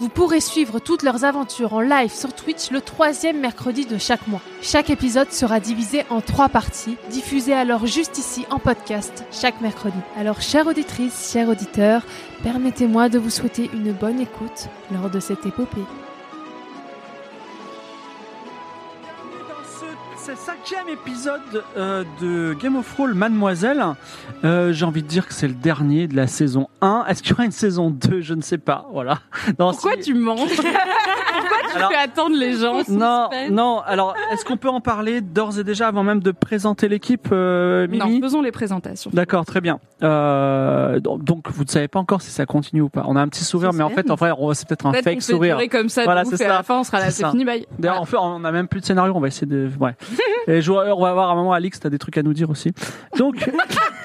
Vous pourrez suivre toutes leurs aventures en live sur Twitch le troisième mercredi de chaque mois. Chaque épisode sera divisé en trois parties, diffusées alors juste ici en podcast chaque mercredi. Alors, chère auditrice, chers auditeurs, permettez-moi de vous souhaiter une bonne écoute lors de cette épopée. C'est le cinquième épisode euh, de Game of Thrones Mademoiselle. Euh, J'ai envie de dire que c'est le dernier de la saison 1. Est-ce qu'il y aura une saison 2 Je ne sais pas. Voilà. Non, Pourquoi c'est- tu mens Pourquoi tu Alors- fais attendre les gens Non, non. Alors, est-ce qu'on peut en parler d'ores et déjà avant même de présenter l'équipe, euh, Mimi Non, faisons les présentations. D'accord, très bien. Euh, donc, donc, vous ne savez pas encore si ça continue ou pas. On a un petit sourire, mais en fait, en vrai, on- c'est peut-être un Peut-être qu'on fake fait sourire. durer comme ça, de Voilà, ouf, c'est et à ça. la fin on sera là, C'est c'est ça. fini, bye. D'ailleurs, en fait, on n'a même plus de scénario, on va essayer de. Ouais. Et joueurs, on va voir à un moment, Alix, t'as des trucs à nous dire aussi. Donc,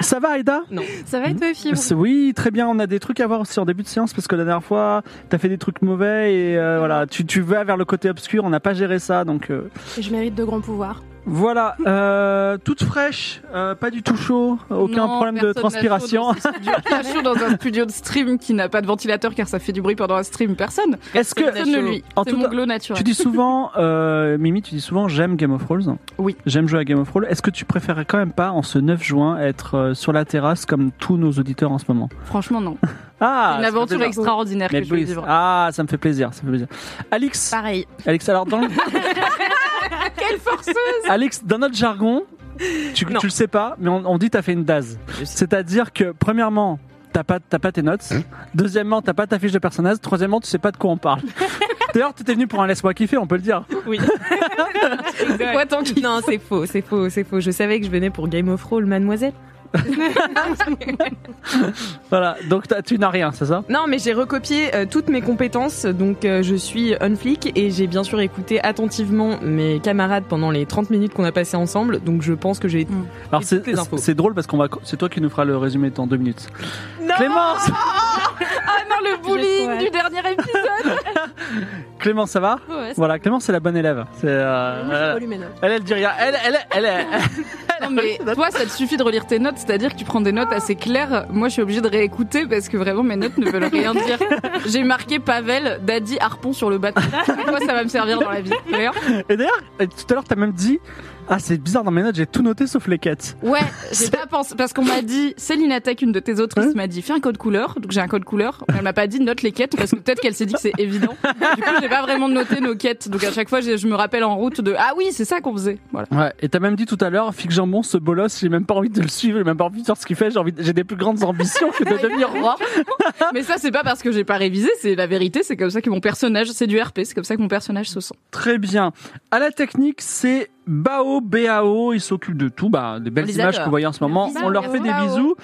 ça va, Aïda Ça va et toi, Fibre C'est- Oui, très bien. On a des trucs à voir aussi en début de séance parce que la dernière fois, t'as fait des trucs mauvais et euh, Ah. voilà, tu, tu vas vers le côté obscur. On n'a pas géré ça, donc euh, Et je mérite de grands pouvoirs. voilà. Euh, toute fraîche, euh, pas du tout chaud, aucun Non, problème de personne n'a transpiration. chaud dans ce studio. Pas chaud dans un studio de stream qui n'a pas de ventilateur car ça fait du bruit pendant un stream, personne. Est-ce que Personne ne lui. En C'est tout mon cas, glow tu naturel. dis souvent, euh, Mimi, tu dis souvent, j'aime Game of Thrones. Oui. J'aime jouer à Game of Thrones. Est-ce que tu préférais quand même pas en ce 9 juin être euh, sur la terrasse comme tous nos auditeurs en ce moment Franchement, non. Ah, Une ça fait aventure plaisir. extraordinaire Mais que je vais oui, vivre. Ah. ah, ça me fait plaisir, ça me fait plaisir. Alix, Pareil. Alix, alors dans le- Quelle force Alex, dans notre jargon, tu, tu le sais pas, mais on, on dit t'as fait une daze. C'est-à-dire que, premièrement, t'as pas, t'as pas tes notes. Deuxièmement, t'as pas ta fiche de personnage. Troisièmement, tu sais pas de quoi on parle. D'ailleurs, t'étais venu pour un laisse-moi kiffer, on peut le dire. C'est quoi tant qu'il Non, c'est faux, c'est faux, c'est faux. Je savais que je venais pour Game of Roll, mademoiselle. Voilà, donc t'as- tu n'as rien, c'est ça Non, mais j'ai recopié euh, toutes mes compétences, donc euh, je suis un flic et j'ai bien sûr écouté attentivement mes camarades pendant les 30 minutes qu'on a passées ensemble, donc je pense que j'ai... Alors Et c'est toutes les infos. c'est drôle parce qu'on va, c'est toi qui nous fera le résumé dans deux minutes. Clémence, Ah non, le bullying du dernier épisode Clémence, ça va Voilà, Clémence, c'est la bonne élève. C'est, euh, elle, elle, elle dit rien. Elle, elle, elle, elle- Non, mais toi, ça te suffit de relire tes notes, c'est-à-dire que tu prends des notes assez claires. Moi, je suis obligée de réécouter parce que vraiment, mes notes ne veulent rien dire. J'ai marqué Pavel, Daddy, Harpon sur le bateau. Moi, ça va me servir dans la vie. D'ailleurs, Et d'ailleurs, euh, tout à l'heure, t'as même dit, ah, c'est bizarre dans mes notes, j'ai tout noté sauf les quêtes. ouais, j'ai pas pensé, parce qu'on m'a dit, Céline Attaque, une de tes autrices, m'a dit, fais un code couleur. Donc, j'ai un code couleur. Mais elle m'a pas dit, note les quêtes, parce que peut-être qu'elle s'est dit que c'est évident. Du coup, j'ai pas vraiment noté nos quêtes. Donc, à chaque fois, j'ai- je me rappelle en route de, ah oui, c'est ça qu'on faisait. Voilà. Ouais, et t'as même dit tout à l'heure, Fig Jambon, ce bolos, j'ai même pas envie de le suivre, j'ai même pas envie de faire ce qu'il fait, j'ai envie, de- j'ai des plus grandes ambitions que de devenir roi. Mais ça, c'est pas parce que j'ai pas révisé, c'est la vérité, c'est comme ça que mon personnage, c'est du RP, c'est comme ça que mon personnage se sent. Très bien. À la technique, c'est Bao Bao, il s'occupe de tout, bah, des belles les images adore. que vous voyez en ce moment, Bisous, on leur Bao fait des Bao. bisous.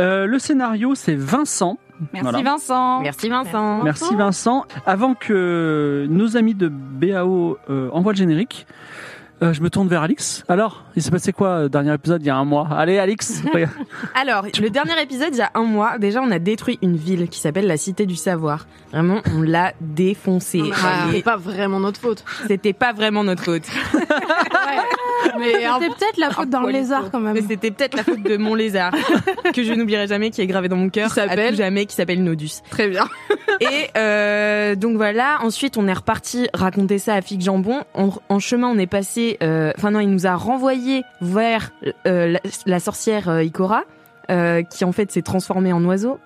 Euh, le scénario, c'est Vincent. Merci Voilà. Vincent. Merci Vincent Merci Vincent. Avant que nos amis de BAO euh, envoient le générique, euh, je me tourne vers Alix. Alors, il s'est passé quoi, euh, dernier épisode, il y a un mois Allez, Alix regarde. Alors, le dernier épisode, il y a un mois, déjà on a détruit une ville qui s'appelle la Cité du Savoir. Vraiment, on l'a défoncée. Ah. Elle C'est est- pas vraiment notre faute. C'était pas vraiment notre faute. Mais C'était peut-être la faute d'un poil lézard quand même. Mais c'était peut-être la faute de mon lézard, que je n'oublierai jamais, qui est gravé dans mon cœur, Qui s'appelle à tout jamais, qui s'appelle Nodus. très bien. Et euh, donc voilà, ensuite on est reparti raconter ça à Fig Jambon. En, en chemin, on est passé, euh, enfin non, il nous a renvoyé vers euh, la, la sorcière euh, Ikora, euh, qui en fait s'est transformée en oiseau.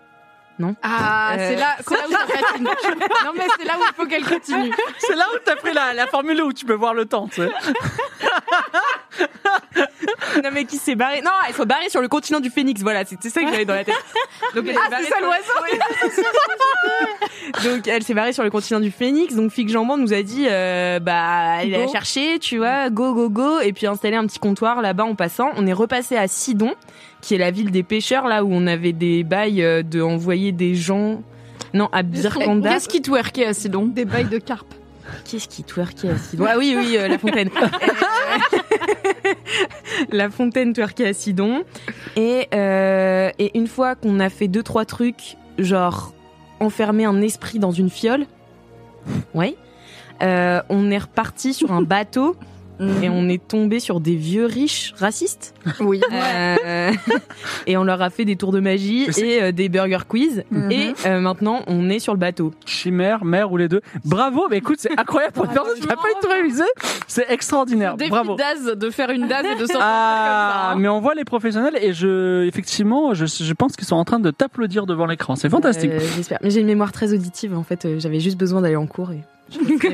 Ah, Euh, c'est là, c'est là où ça patine. Non mais c'est là où il faut qu'elle continue. C'est là où t'as pris la, la formule où tu peux voir le temps. tu sais. mais qui s'est barrée. Non, elle soit barrée sur le continent du Phénix. Voilà, c'est c'est ça que j'avais dans la tête. Donc, elle s'est barrée Ah, ça, sur- donc elle s'est barrée sur le continent du Phénix. Donc Fig Jambon nous a dit, euh, bah, elle a Go. cherché, tu vois, go go go, et puis installer un petit comptoir là-bas en passant. On est repassé à Sidon, qui est la ville des pêcheurs là où on avait des bails euh, de envoyer des gens. Non, à Birkanda. Qu'est-ce qui twerkait à Sidon Des bails de carpe. Qu'est-ce qui twerkait à Sidon Ah oui, oui, euh, la fontaine. la fontaine twerkait à Sidon. Et, euh, et une fois qu'on a fait deux, trois trucs, genre enfermer un esprit dans une fiole, ouais, euh, on est reparti sur un bateau et on est tombé sur des vieux riches racistes. Oui. Euh, et on leur a fait des tours de magie Mais c'est- et euh, des burger quiz. Mhm. Et euh, maintenant, on est sur le bateau. Chimère, mère ou les deux. Bravo, mais écoute, c'est incroyable pour une Bravo, personne qui tu n'a m'en pas été révisée. C'est extraordinaire. Défi Bravo. d'Az de faire une Daz et de sortir Ah, comme ça. hein. mais on voit les professionnels et je, effectivement, je, je pense qu'ils sont en train de t'applaudir devant l'écran. C'est fantastique. Euh, J'espère. Mais j'ai une mémoire très auditive en fait. euh, J'avais juste besoin d'aller en cours et. Ah,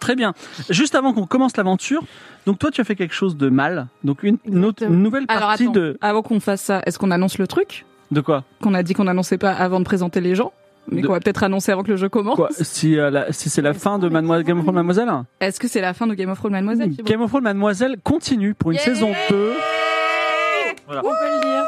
Très bien. Juste avant qu'on commence l'aventure, donc toi, tu as fait quelque chose de mal. Donc une, une autre, une nouvelle Alors partie attends, de avant qu'on fasse ça, est-ce qu'on annonce le truc de quoi qu'on a dit qu'on annonçait pas avant de présenter les gens mais De- qu'on va peut-être annoncer avant que le jeu commence. Quoi Si, euh, la- si c'est la fin de Mademoiselle Game of Thrones Mademoiselle Est-ce que c'est la fin de Game of Thrones Mademoiselle Thibaut Game of Thrones Mademoiselle continue pour une Yeah saison 2. Voilà.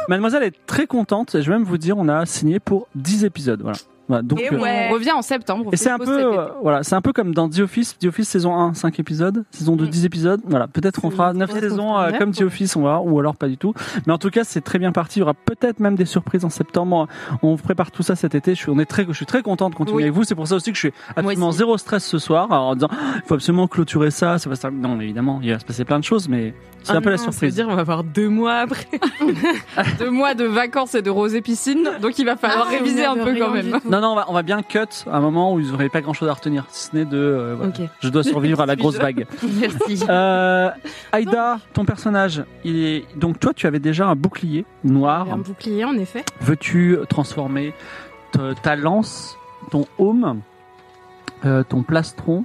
Mademoiselle est très contente. et Je vais même vous dire, on a signé pour 10 épisodes. Voilà. Voilà, donc, Et euh, ouais. On revient en septembre. Et c'est un Faut peu, se poser cet euh, voilà, c'est un peu comme dans The Office, The Office saison 1, 5 épisodes, saison 2, Mm. 10 épisodes. Voilà, peut-être qu'on fera Saison 9 trois, saisons saison euh, neuf, comme The Office, on va, ou alors pas du tout. Mais en tout cas, c'est très bien parti. Il y aura peut-être même des surprises en septembre. On vous prépare tout ça cet été. Je suis, on est très, je suis très content de continuer Oui. avec vous. C'est pour ça aussi que je suis absolument aussi. zéro stress ce soir, alors en disant, Ah, il faut absolument clôturer ça. C'est pas ça. Non, mais évidemment, il va se passer plein de choses, mais c'est un peu la surprise. Ah dire on va avoir deux mois après. été. Deux mois de vacances et de rosée piscine, donc il va falloir Ah, réviser on un a peu rien quand du même. tout. Non, non, on va, on va bien cut à un moment où ils n'auraient pas grand chose à retenir, si ce n'est de, euh, voilà, Ok. je dois survivre à la grosse vague. Merci. Euh, Aïda, ton personnage, il est... donc toi tu avais déjà un bouclier noir. Un bouclier, en effet. Veux-tu transformer te- ta lance, ton home, euh, ton plastron,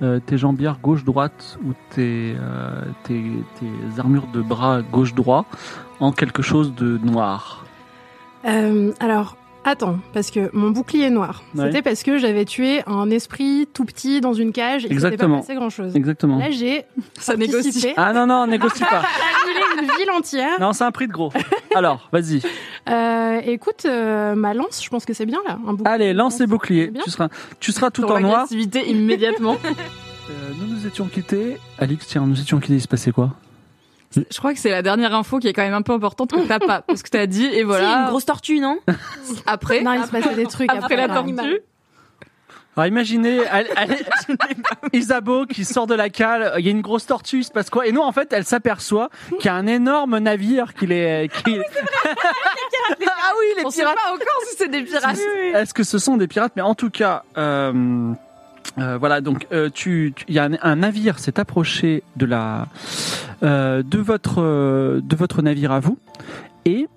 euh, tes jambières gauche-droite ou tes, euh, tes, tes armures de bras gauche-droit en quelque chose de noir Euh, alors, attends, parce que mon bouclier noir, Ouais. c'était parce que j'avais tué un esprit tout petit dans une cage et c'était pas Exactement. passé grand-chose. Exactement. Là, j'ai Ça négocie. participé à Ah non, non, négocie pas. annuler une ville entière. Non, c'est un prix de gros. Alors, vas-y. Euh, écoute, euh, ma lance, je pense que c'est bien là. Un bouclier. Allez, lance les boucliers. C'est bien. Tu seras, tu seras tout Ton en noir. agressivité immédiatement. Euh, nous nous étions quittés. Alix, tiens, nous nous étions quittés. Il se passait quoi Je crois que c'est la dernière info qui est quand même un peu importante que t'as pas, parce que t'as dit, et C'est une voilà, grosse tortue, non après, Non, il se passait des trucs hein. après la là. tortue, Alors imaginez elle- elle- Isabeau qui sort de la cale, il y a une grosse tortue, il se passe quoi Et non, en fait, elle s'aperçoit qu'il y a un énorme navire qui les... Qui... ah oui, les on sait pas encore si c'est des pirates. Est-ce que ce sont des pirates Mais en tout cas, euh, euh, voilà, donc euh, tu, tu- il y a un, un navire s'est approché de la euh, de votre euh, de votre navire à vous et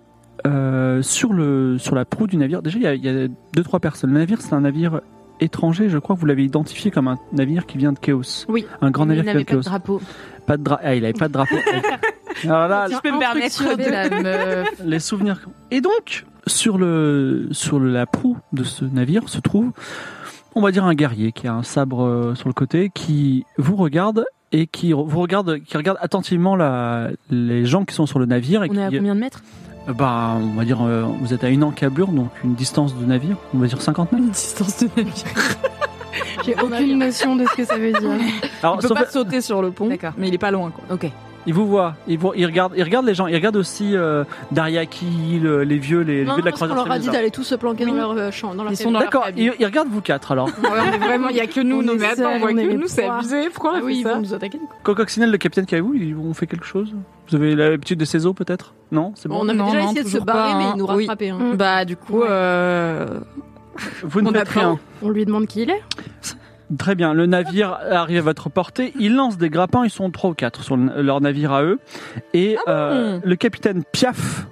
euh, sur le sur la proue du navire. Déjà, il y a, il y a deux trois personnes. Le navire, c'est un navire étranger, je crois que vous l'avez identifié comme un navire qui vient de Chaos. Oui. Un grand navire qui vient de Il n'avait pas Chaos. de drapeau. Pas de dra- ah, il avait pas de drapeau. Alors là, Si je peux me permettre. les souvenirs. Et donc, sur, le, sur la proue de ce navire se trouve, on va dire, un guerrier qui a un sabre euh, sur le côté, qui vous regarde et qui re- vous regarde, qui regarde attentivement la, les gens qui sont sur le navire. Et On est à qui, combien de mètres euh, bah, on va dire, euh, vous êtes à une encablure, donc une distance de navire, on va dire 50 mètres. Une distance de navire. J'ai aucune notion de ce que ça veut dire. Alors, Il peut sauf- pas sauter sur le pont, D'accord. mais il est pas loin, quoi. Ok. il vous voit, il, vous- il regarde, il regarde les gens, il regarde aussi euh, Dariaki, le- les vieux, les, les Non, vieux de la parce qu'on croisière. leur a c'est dit bizarre. d'aller tous se planquer dans leur euh, champ, dans leur Ils sont dans leur D'accord, cabine. il, il regarde vous quatre alors. Ouais, on est vraiment, il y a que nous, On non, est mais attends, on seuls, voit on est que les nous, c'est proies. abusé, pourquoi on a Ah fait oui, ils ça vont nous attaquer. quoi. Cococcinelle, le capitaine qui est avec vous, ils ont fait quelque chose Vous avez l'habitude de ces eaux peut-être Non, c'est bon. On On avait avait Non, déjà déjà non, essayé de essayé de se se toujours barrer, barrer, pas, mais mais Ah hein. ils nous Oui. il nous rattrapaient. Bah, du coup, Ouais. euh, Vous ne on a faites peur. rien. On lui demande qui il est. Très bien, le navire arrive à votre portée, il lance des grappins, ils sont trois ou quatre sur le- leur navire à eux. Et euh, le capitaine Piaf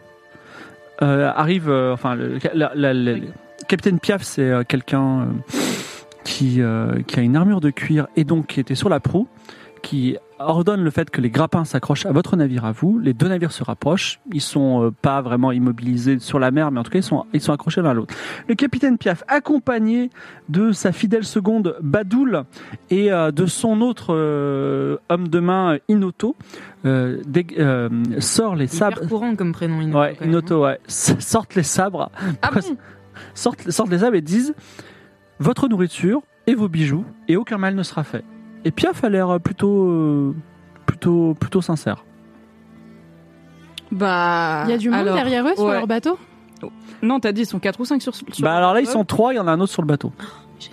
euh, arrive, euh, enfin, le, la- la- la- le capitaine Piaf, c'est euh, quelqu'un euh, qui, euh, qui a une armure de cuir et donc qui était sur la proue, qui ordonne le fait que les grappins s'accrochent à votre navire à vous. Les deux navires se rapprochent. Ils sont euh, pas vraiment immobilisés sur la mer, mais en tout cas, ils sont, ils sont accrochés l'un à l'autre. Le capitaine Piaf, accompagné de sa fidèle seconde Badoul et euh, de son autre euh, homme de main Inoto, euh, dég- euh, sort les sabres. Hyper courant comme prénom, Inoto. Ouais, quand même, hein. Inoto, ouais. Sortent les sabres. Ah bon sortent, sortent les sabres et disent votre nourriture et vos bijoux et aucun mal ne sera fait. Et Piaf a l'air plutôt, euh, plutôt, plutôt sincère. Bah. Il y a du monde alors- derrière eux sur ouais. leur bateau Non, t'as dit, ils sont 4 ou 5 sur. Euh, sur bah alors là ils Ouais. sont trois, il y en a un autre sur le bateau. Oh, hein.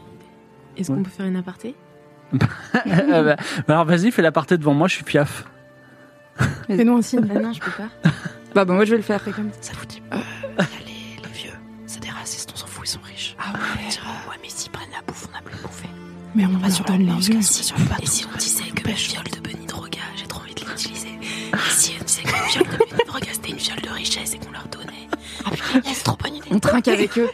Est-ce qu'on peut faire une aparté Euh, bah, alors vas-y, fais la partie devant moi, je suis Piaf. Fais-nous un signe. Ah non, je peux pas. Bah, bah, moi je vais le faire. Ça vous dit euh, y a les, les vieux, c'est des racistes, on s'en fout, ils sont riches. Ah ouais Ouais, mais s'ils prennent la bouffe, on a plus de bouffer. Mais on Pas va sur sur la donne on les se yeux. casse pas sur le bateau. Et si on disait que le viol de Benny Droga, j'ai trop envie de l'utiliser. Et si on disait que le viol de Benny Droga, c'était une viol de richesse et qu'on leur donnait. Ah putain, c'est trop bonne idée. On trinque avec eux.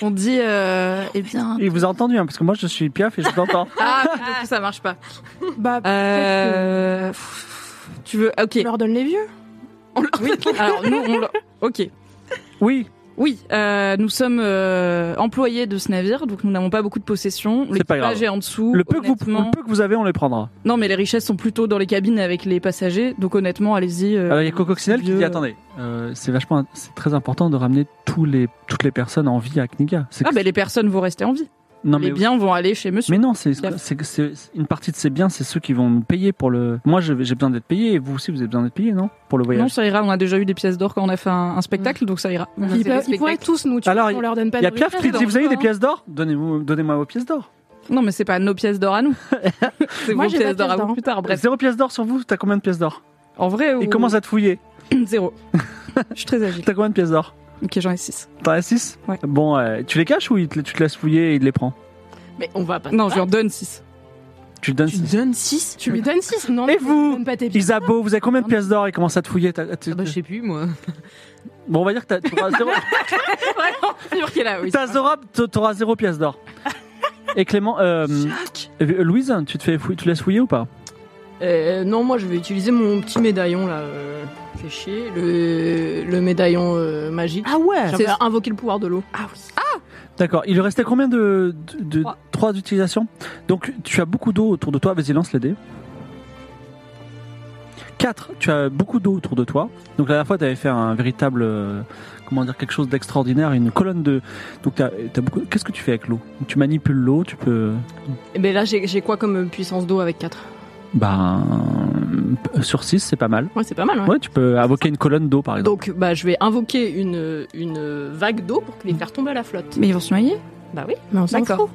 On dit. Euh, eh bien. Il vous a entendu, hein, parce que moi je suis Piaf et je t'entends. Ah, du coup, ça marche pas. Bah, Ah. peut-être Euh. pff, Tu veux. ah, Ok. qu'on leur donne les vieux. Oui. Alors, nous, on le- Ok. oui, Oui, euh, nous sommes euh, employés de ce navire, donc nous n'avons pas beaucoup de possessions. C'est pas L'équipage grave. est en dessous. le peu, que vous, honnêtement. le peu que vous avez, on les prendra. Non, mais les richesses sont plutôt dans les cabines avec les passagers, donc honnêtement, allez-y. euh, Alors, Ah, il y a Coco Coccinelle qui vieux, dit euh, attendez, euh, c'est vachement, c'est très important de ramener tous les, toutes les personnes en vie à Kniga. C'est Ah, que- bah les personnes vont rester en vie. non les biens vont aller chez monsieur. Mais non, c'est Piaf. c'est- c'est- c'est- une partie de ces biens, c'est ceux qui vont nous payer pour le. Moi, je- j'ai besoin d'être payé et vous aussi, vous avez besoin d'être payé, non Pour le Non, voyage. ça ira. On a déjà eu des pièces d'or quand on a fait un, un spectacle, donc ça ira. On a fait Ils, des peuvent- ils spectacles. pourraient tous nous tuer Alors, si on leur donne pas Il y a de Piaf nourriture. qui dit Vous avez hein. des pièces d'or Donnez-vous- Donnez-moi vos pièces d'or. Non, mais c'est pas nos pièces d'or à nous. c'est Moi, vos j'ai pas de pièces d'or à pièces vous d'or. plus tard. Bref, Oh. Zéro pièce d'or sur vous T'as combien de pièces d'or en vrai, Et ou- comment ça te fouiller zéro. Je suis très agile. T'as combien de pièces d'or Ok, j'en ai 6. T'en as 6 Ouais. Bon, euh, tu les caches ou il te- tu te laisses fouiller et il les prend hein. Mais on va pas. Non, je leur donne 6. Tu le donnes Tu six. donnes 6 Tu lui donnes 6, non Et tu vous lui donnes pas tes pieds. Isabeau, vous avez combien de pièces d'or Il commence à te fouiller. T'as- t'as- ah bah, je sais plus, moi. Bon, on va dire que t'as- t'auras zéro, Vraiment, c'est sûr qu'elle a, oui. t'as zéro, t'auras zéro pièce d'or. Et Clément, euh, euh, Louise, tu te fais fouiller, tu te laisses fouiller ou pas Euh, non, moi je vais utiliser mon petit médaillon là. euh, fait chier. Le, le médaillon euh, magique. Ah ouais J'avais invoqué le pouvoir de l'eau. Ah oui. D'accord. Il lui restait combien de, de, de- Trois. trois d'utilisation Donc tu as beaucoup d'eau autour de toi. Vas-y, lance les dés. 4. Tu as beaucoup d'eau autour de toi. Donc la dernière fois, tu avais fait un véritable, euh, comment dire, quelque chose d'extraordinaire, une colonne de. Donc t'as- t'as beaucoup. Qu'est-ce que tu fais avec l'eau Tu manipules l'eau. Tu peux. Et ben là j'ai j'ai quoi comme puissance d'eau avec 4 Ben sur 6 c'est pas mal. Ouais, c'est pas mal. hein. Ouais, tu peux invoquer une colonne d'eau par exemple. Donc bah je vais invoquer une, une vague d'eau pour les faire tomber à la flotte. Mais ils vont se noyer. Bah oui. Mais on s'en D'accord. fout.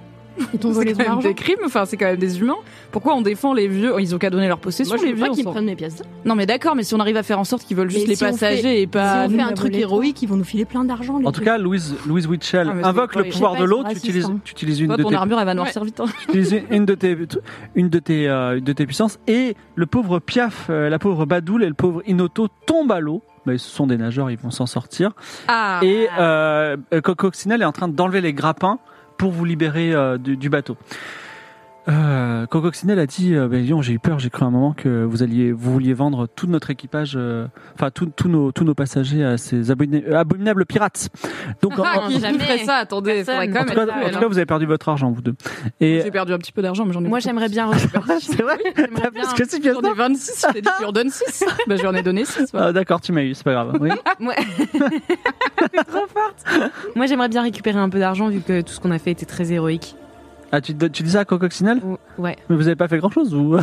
Ils t'ont volé C'est ton quand même argent. des crimes, enfin, c'est quand même des humains. Pourquoi on défend les vieux Ils ont qu'à donner leur possession, Moi je les veux vieux. pas on qu'ils s'en- prennent mes pièces. Si Non, mais d'accord, mais si on arrive à faire en sorte qu'ils veulent juste Mais les si on passagers et on pas. nous, fait on un a truc volé héroïque, ils vont nous filer plein d'argent. les En tout vieux. cas, Louise, Louise Witchell Ah, mais c'est invoque le pas- pouvoir je de sais pas, l'eau. ils sont Tu utilises, racistes, hein. tu utilises une Toi, de ton tes armure, elle va noircir vite. hein. utiliser une de tes, une de tes, euh, une de tes puissances et le pauvre Piaf, euh, la pauvre Badoul et le pauvre Inoto tombent à l'eau. Mais ce sont des nageurs, ils vont s'en sortir. Ah. Et euh, Cococcinelle est en train d'enlever les grappins pour vous libérer euh, du, du bateau. Euh, Cococcinelle a dit euh, Ben, disons, j'ai eu peur, j'ai cru un moment que vous alliez, vous vouliez vendre tout notre équipage, euh, enfin tous tous nos, tous nos passagers à ces abomina- euh, abominables pirates. Donc en, en- Ah, qui Jamais. ferait ça Attendez, faudrait Personne. quand en même tout être cas, cruel, en tout hein. cas, vous avez perdu votre argent vous deux. Et J'ai perdu un petit peu d'argent, mais j'en ai Moi, beaucoup. j'aimerais bien refaire. c'est vrai. J'aimerais bien- Parce que c'est bien J'en ai 26, je t'ai dit, tu leur donnes 6. Bah, je lui en ai donné 6. Ah, D'accord, tu m'as eu, c'est pas grave. Oui. Moi- Trop forte. Moi, j'aimerais bien récupérer un peu d'argent vu que tout ce qu'on a fait était très héroïque. Ah, tu, tu dis ça à Cococcinelle Ou- Ouais. Mais vous avez pas fait grand chose ou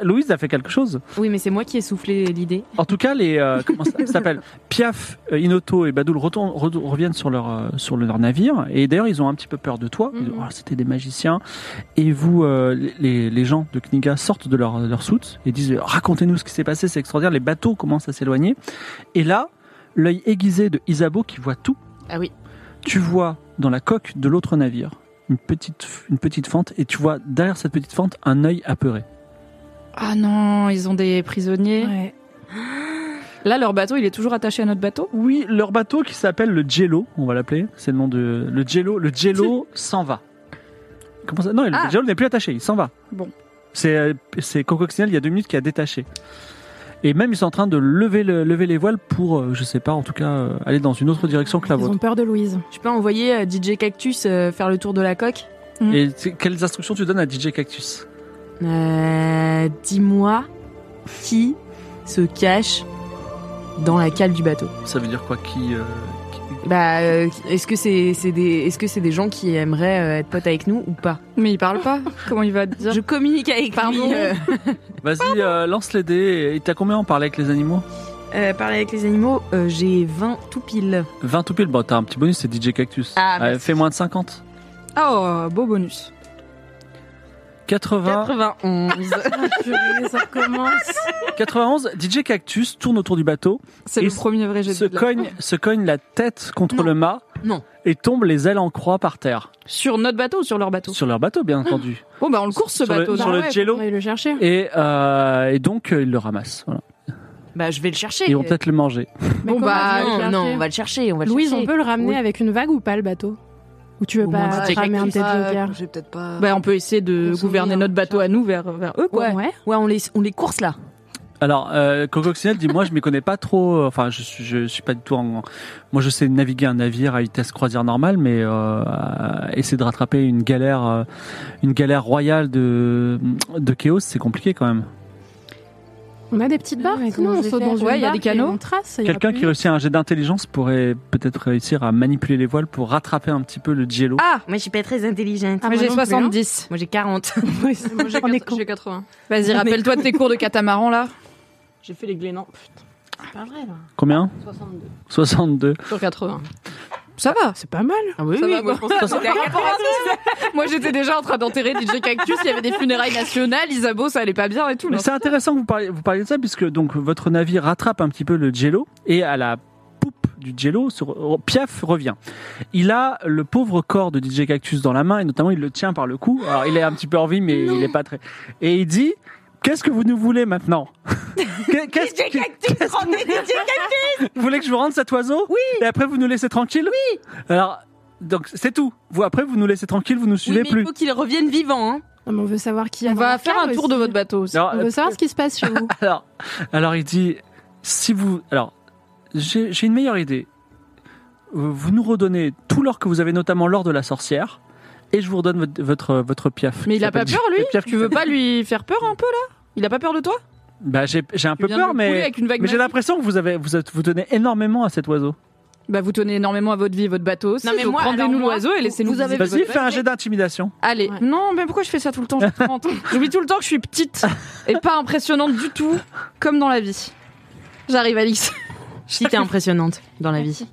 Louise a fait quelque chose Oui, mais c'est moi qui ai soufflé l'idée. En tout cas, les euh, comment ça s'appelle Piaf, euh, Inoto et Badoul retournent- re- reviennent sur leur euh, sur leur navire et d'ailleurs ils ont un petit peu peur de toi. Ils disent, Mhm. Oh, C'était des magiciens et vous euh, les, les gens de Kniga sortent de leur leur soute et disent euh, racontez-nous ce qui s'est passé, c'est extraordinaire. Les bateaux commencent à s'éloigner et là l'œil aiguisé de Isabeau qui voit tout. Ah oui. Tu vois dans la coque de l'autre navire une petite une petite fente et tu vois derrière cette petite fente un œil apeuré. Ah non, ils ont des prisonniers. Ouais. Là, leur bateau, il est toujours attaché à notre bateau. Oui, leur bateau qui s'appelle le Jello, on va l'appeler, c'est le nom de le Jello, le Jello s'en va. Comment ça Non, le Ah. Jello n'est plus attaché, il s'en va. Bon. C'est euh, c'est Coco Coccinelle, il y a deux minutes, qui a détaché. Et même, ils sont en train de lever, le- lever les voiles pour, euh, je sais pas, en tout cas, euh, aller dans une autre direction que la Ils vôtre. ont peur de Louise. Je peux envoyer euh, DJ Cactus euh, faire le tour de la coque ont- Et tu- quelles instructions tu donnes à DJ Cactus Euh, Dis-moi qui se cache dans la cale du bateau. Ça veut dire quoi qui, euh, qui- Bah, euh, est-ce que c'est c'est des est-ce que c'est des gens qui aimeraient euh, être potes avec nous ou pas Mais il parle pas. Comment il va te dire Je communique avec Pardon lui. euh, Vas-y, euh, lance les dés. Et t'as combien en parler avec les animaux euh, parler avec les animaux. euh, J'ai 20 tout pile. 20 tout pile. Bon, t'as un petit bonus, c'est DJ Cactus. Ah, merci. fais moins de 50. Oh, beau bonus. 80, 91. Ah, Purée, ça recommence. 91, DJ Cactus tourne autour du bateau, C'est Et le premier vrai jet de se dés de la- cogne, se cogne la tête contre Non. le mât Non. et tombe les ailes en croix par terre. Sur notre bateau ou sur leur bateau Sur leur bateau, bien entendu. Bon, bah on le course ce Sur le- bateau. sur non le ouais, jello. On va aller le chercher. Et, euh, et donc, euh, ils le ramassent. Voilà. bah, je vais le chercher. Ils vont peut-être le manger. Mais Bon, comment bah, on va non, le chercher non, on va le chercher. On va le Louise, chercher. on peut le ramener Oui. avec une vague ou pas le bateau Ou tu veux Ou pas moins un petit ramener un cactus. tête joker J'ai peut-être pas. Bah on peut essayer de On gouverner s'en notre bateau à nous vers, vers eux, quoi. Ouais. Ouais, on les on les course là. Alors, euh, Coco Coccinelle dit, moi, je m'y connais pas trop. euh, Enfin, je, suis- je suis pas du tout en... Moi, je sais naviguer un navire à vitesse croisière normale, mais euh, essayer de rattraper une galère, euh, une galère royale de, de Chaos, c'est compliqué quand même. On a des petites barques, mais non comment On je vais saute faire dans une Ouais, il y a barque des canots. et on trace. il y a Quelqu'un plus- qui réussit un jet d'intelligence pourrait peut-être réussir à manipuler les voiles pour rattraper un petit peu le jello. Ah, moi je suis pas très intelligente. Ah, Mais moi j'ai non plus, hein. 70. Moi j'ai 40. Moi, j'ai On est quatre- con. j'ai 80. Vas-y, rappelle-toi de tes cours de catamaran là. J'ai fait les glénans. Putain. C'est pas vrai, là. Combien 62. 62. Sur 80. Ça va. C'est pas mal. Ah oui, Ça oui, va, moi, moi, Moi j'étais déjà en train d'enterrer DJ Cactus, il y avait des funérailles nationales, Isabeau ça allait pas bien et tout. Mais là. c'est intéressant que vous parliez, vous parliez de ça puisque donc votre navire rattrape un petit peu le jello et à la poupe du jello, se re- Piaf revient. Il a le pauvre corps de DJ Cactus dans la main et notamment il le tient par le cou. Alors il est un petit peu en vie mais il est pas très. Et il dit Qu'est-ce que vous nous voulez maintenant Qu'est- Qu'est-ce que- qu'est-ce que vous- Vous voulez que je vous rende cet oiseau Oui. Et après vous nous laissez tranquille Oui. Alors donc c'est tout. Vous après vous nous laissez tranquille, vous nous Oui, mais suivez il plus. faut qu'ils reviennent vivants. Hein. Non, mais on veut savoir qui y a On dans va la faire cale un tour de aussi. votre bateau aussi. Alors, On veut savoir ce qui se passe chez vous. Alors, alors il dit, si vous, alors, j'ai j'ai une meilleure idée. Euh, Vous nous redonnez tout l'or que vous avez, notamment l'or de la sorcière, et je vous redonne votre votre, votre piaf. Mais il qui a pas s'appelle- peur lui piaf qui Tu veux s'appelle- pas lui faire peur un peu là Il a pas peur de toi Bah j'ai j'ai un Tu peu viens de peur, le couler mais avec une vague mais j'ai magique. l'impression que vous avez vous êtes- vous donnez énormément à cet oiseau. Bah vous tenez énormément à votre vie, et votre bateau. aussi, Non, mais donc moi, rendez-nous alors moi, l'oiseau et laissez-nous. vous avez- visiter Vas-y, votre fais un bateau. jet d'intimidation. Allez. Ouais. Non, mais pourquoi je fais ça tout le temps Je suis contente. J'oublie tout le temps que je suis petite et pas impressionnante du tout, comme dans la vie. J'arrive, Alix. Si t'es impressionnante dans la vie.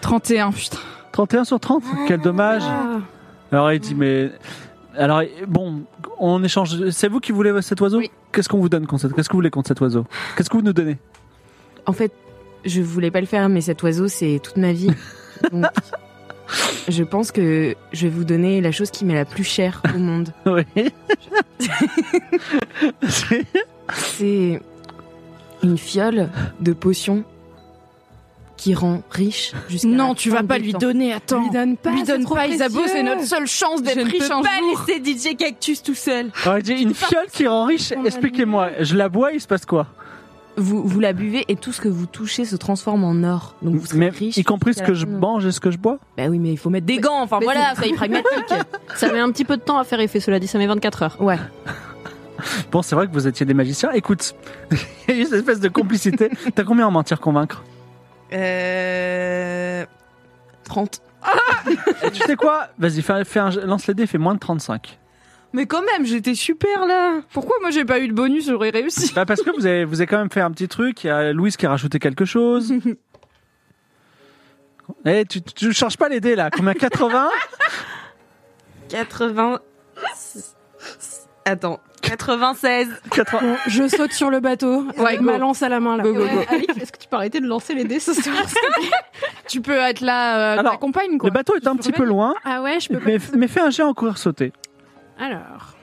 31, putain. 31 sur 30. Ah. Quel dommage. Alors il dit mais alors bon, on échange. C'est vous qui voulez cet oiseau Oui. Qu'est-ce qu'on vous donne contre cet- Qu'est-ce que vous voulez contre cet oiseau Qu'est-ce que vous nous donnez En fait, je voulais pas le faire, mais cet oiseau, c'est toute ma vie. Donc, je pense que je vais vous donner la chose qui m'est la plus chère au monde. Oui. C'est- C'est une fiole de potion qui rend riche jusqu'à la fin des temps. donner, attends. Lui donne pas. Lui donne c'est trop pas, Isabeau, précieux. c'est notre seule chance Je d'être ne peux riche un pas jour. laisser DJ Cactus tout seul. Alors, il dit, une fiole qui rend riche, Ton expliquez-moi. Je la bois, il se passe quoi Vous, vous la buvez et tout ce que vous touchez se transforme en or. Donc vous serez Mais riche. Y compris ce jusqu'à que la je fin. mange et ce que je bois Bah oui, mais il faut mettre des gants. Enfin Mais voilà, soyez pragmatique. Ça met un petit peu de temps à faire effet, cela dit, ça met 24 heures. Ouais. Bon, c'est vrai que vous étiez des magiciens. Écoute, il y a eu cette espèce de complicité. T'as combien en mentir convaincre Euh... 30. Et Tu sais quoi Vas-y, fais, fais un- lance les dés, fais moins de 35. Mais quand même, j'étais super là. Pourquoi moi j'ai pas eu de bonus, j'aurais réussi Bah, parce que vous avez, vous avez quand même fait un petit truc. Il y a Louise qui a rajouté quelque chose. Eh, tu, tu tu changes pas les dés là. Combien 80 80. Attends. 96. 80. Bon, je saute sur le bateau. Ouais, avec go. ma lance à la main là. Go, go, go. Alix, est-ce que tu peux arrêter de lancer les dés ce soir Tu peux être là, euh, Alors, t'accompagnes Le quoi. bateau est un petit peu loin, Ah ouais, je peux pas. mais, mais Ah fais un jet en coureur sauté. Alors.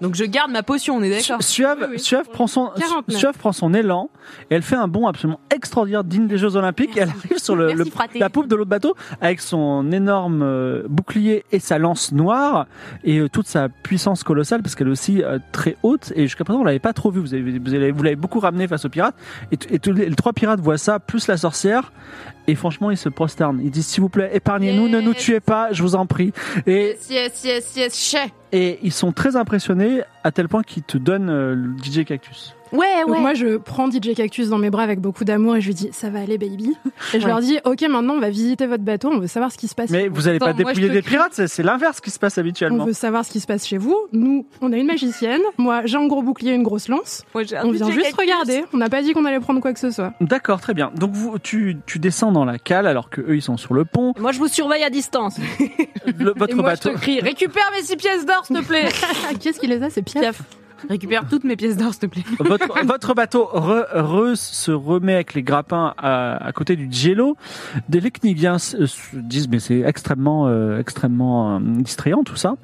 Donc je garde ma potion, on est d'accord Suave, Oui, oui. Suave prend son, 49. Suave prend son élan et elle fait un bond absolument extraordinaire digne des Jeux Olympiques. Elle arrive sur le, le- la poupe de l'autre bateau avec son énorme euh, bouclier et sa lance noire et euh, toute sa puissance colossale parce qu'elle est aussi euh, très haute et jusqu'à présent on l'avait pas trop vue. Vous avez, vous avez- vous l'avez beaucoup ramené face aux pirates et, t- et tous les, les trois pirates voient ça plus la sorcière et franchement ils se prosternent. Ils disent s'il vous plaît épargnez-nous, ne nous Yes. tuez pas, je vous en prie. Et Yes, yes, yes, yes, chais. et ils sont très impressionnés à tel point qu'ils te donnent euh, le DJ Cactus. Ouais, Donc ouais. moi, je prends DJ Cactus dans mes bras avec beaucoup d'amour et je lui dis ça va aller, baby. Et je leur dis ok, maintenant on va visiter votre bateau, on veut savoir ce qui se passe. Mais vous n'allez pas Attends, moi, dépouiller je te des crie. pirates, c'est- c'est l'inverse qui se passe on habituellement. veut savoir ce qui se passe chez vous. Nous, on a une magicienne. Moi, j'ai un gros bouclier, une grosse lance. Moi, j'ai un On vient DJ juste Cactus. regarder. On n'a pas dit qu'on allait prendre quoi que ce soit. D'accord, très bien. Donc vous, tu, tu descends dans la cale alors que eux ils sont sur le pont. Moi, je vous surveille à distance. Le- votre Et moi, bateau. je te crie, récupère mes six pièces d'or, s'il te plaît. Qu'est-ce qu'il les a, ces pièces Récupère toutes mes pièces d'or, s'il te plaît. votre, votre bateau re- re- se remet avec les grappins à, à côté du Gielo. Des Lecnigiens se se disent mais c'est extrêmement euh, extrêmement euh, distrayant tout ça.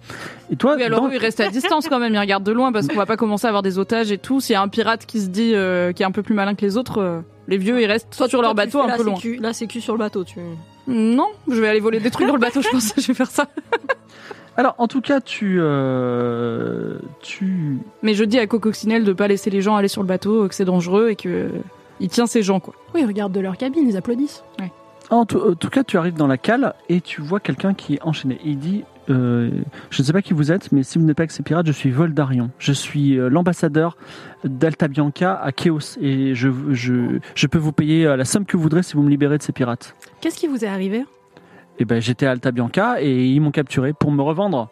Et toi, Oui, alors dans- eux, ils restent à distance quand même, ils regardent de loin parce qu'on va pas commencer à avoir des otages et tout. S'il y a un pirate qui se dit euh, qui est un peu plus malin que les autres, euh, les vieux, ils restent soit sur leur Toi, tu bateau fais un la peu loin. sécu- La sécu sur le bateau, tu. Non, je vais aller voler des trucs dans le bateau, je pense, je vais faire ça. alors en tout cas tu euh, tu Mais je dis à Cococcinelle de pas laisser les gens aller sur le bateau, euh, que c'est dangereux et que euh, il tient ses gens quoi. Oui, ils regardent de leur cabine, ils applaudissent. En tout, en tout cas, tu arrives dans la cale et tu vois quelqu'un qui est enchaîné. Il dit euh, Je ne sais pas qui vous êtes, mais si vous n'êtes pas avec ces pirates, je suis Voldarion. Je suis euh, l'ambassadeur d'Alta Bianca à Chaos et je, je, je peux vous payer euh, la somme que vous voudrez si vous me libérez de ces pirates. Qu'est-ce qui vous est arrivé Et ben, j'étais à Alta Bianca et ils m'ont capturé pour me revendre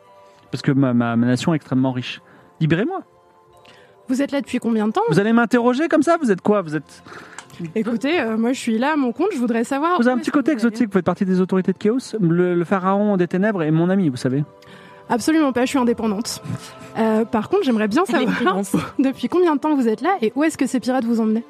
parce que ma, ma, ma nation est extrêmement riche. Libérez-moi. Vous êtes là depuis combien de temps Vous allez m'interroger comme ça Vous êtes quoi Vous êtes Écoutez, euh, moi je suis là à mon compte, je voudrais savoir. Vous avez où un est-ce petit que côté vous allez. exotique. Vous faites partie des autorités de Chaos. Le- le pharaon des ténèbres est mon ami, vous savez. Absolument pas, je suis indépendante. Euh, par contre, j'aimerais bien savoir depuis combien de temps vous êtes là et où est-ce que ces pirates vous emmenaient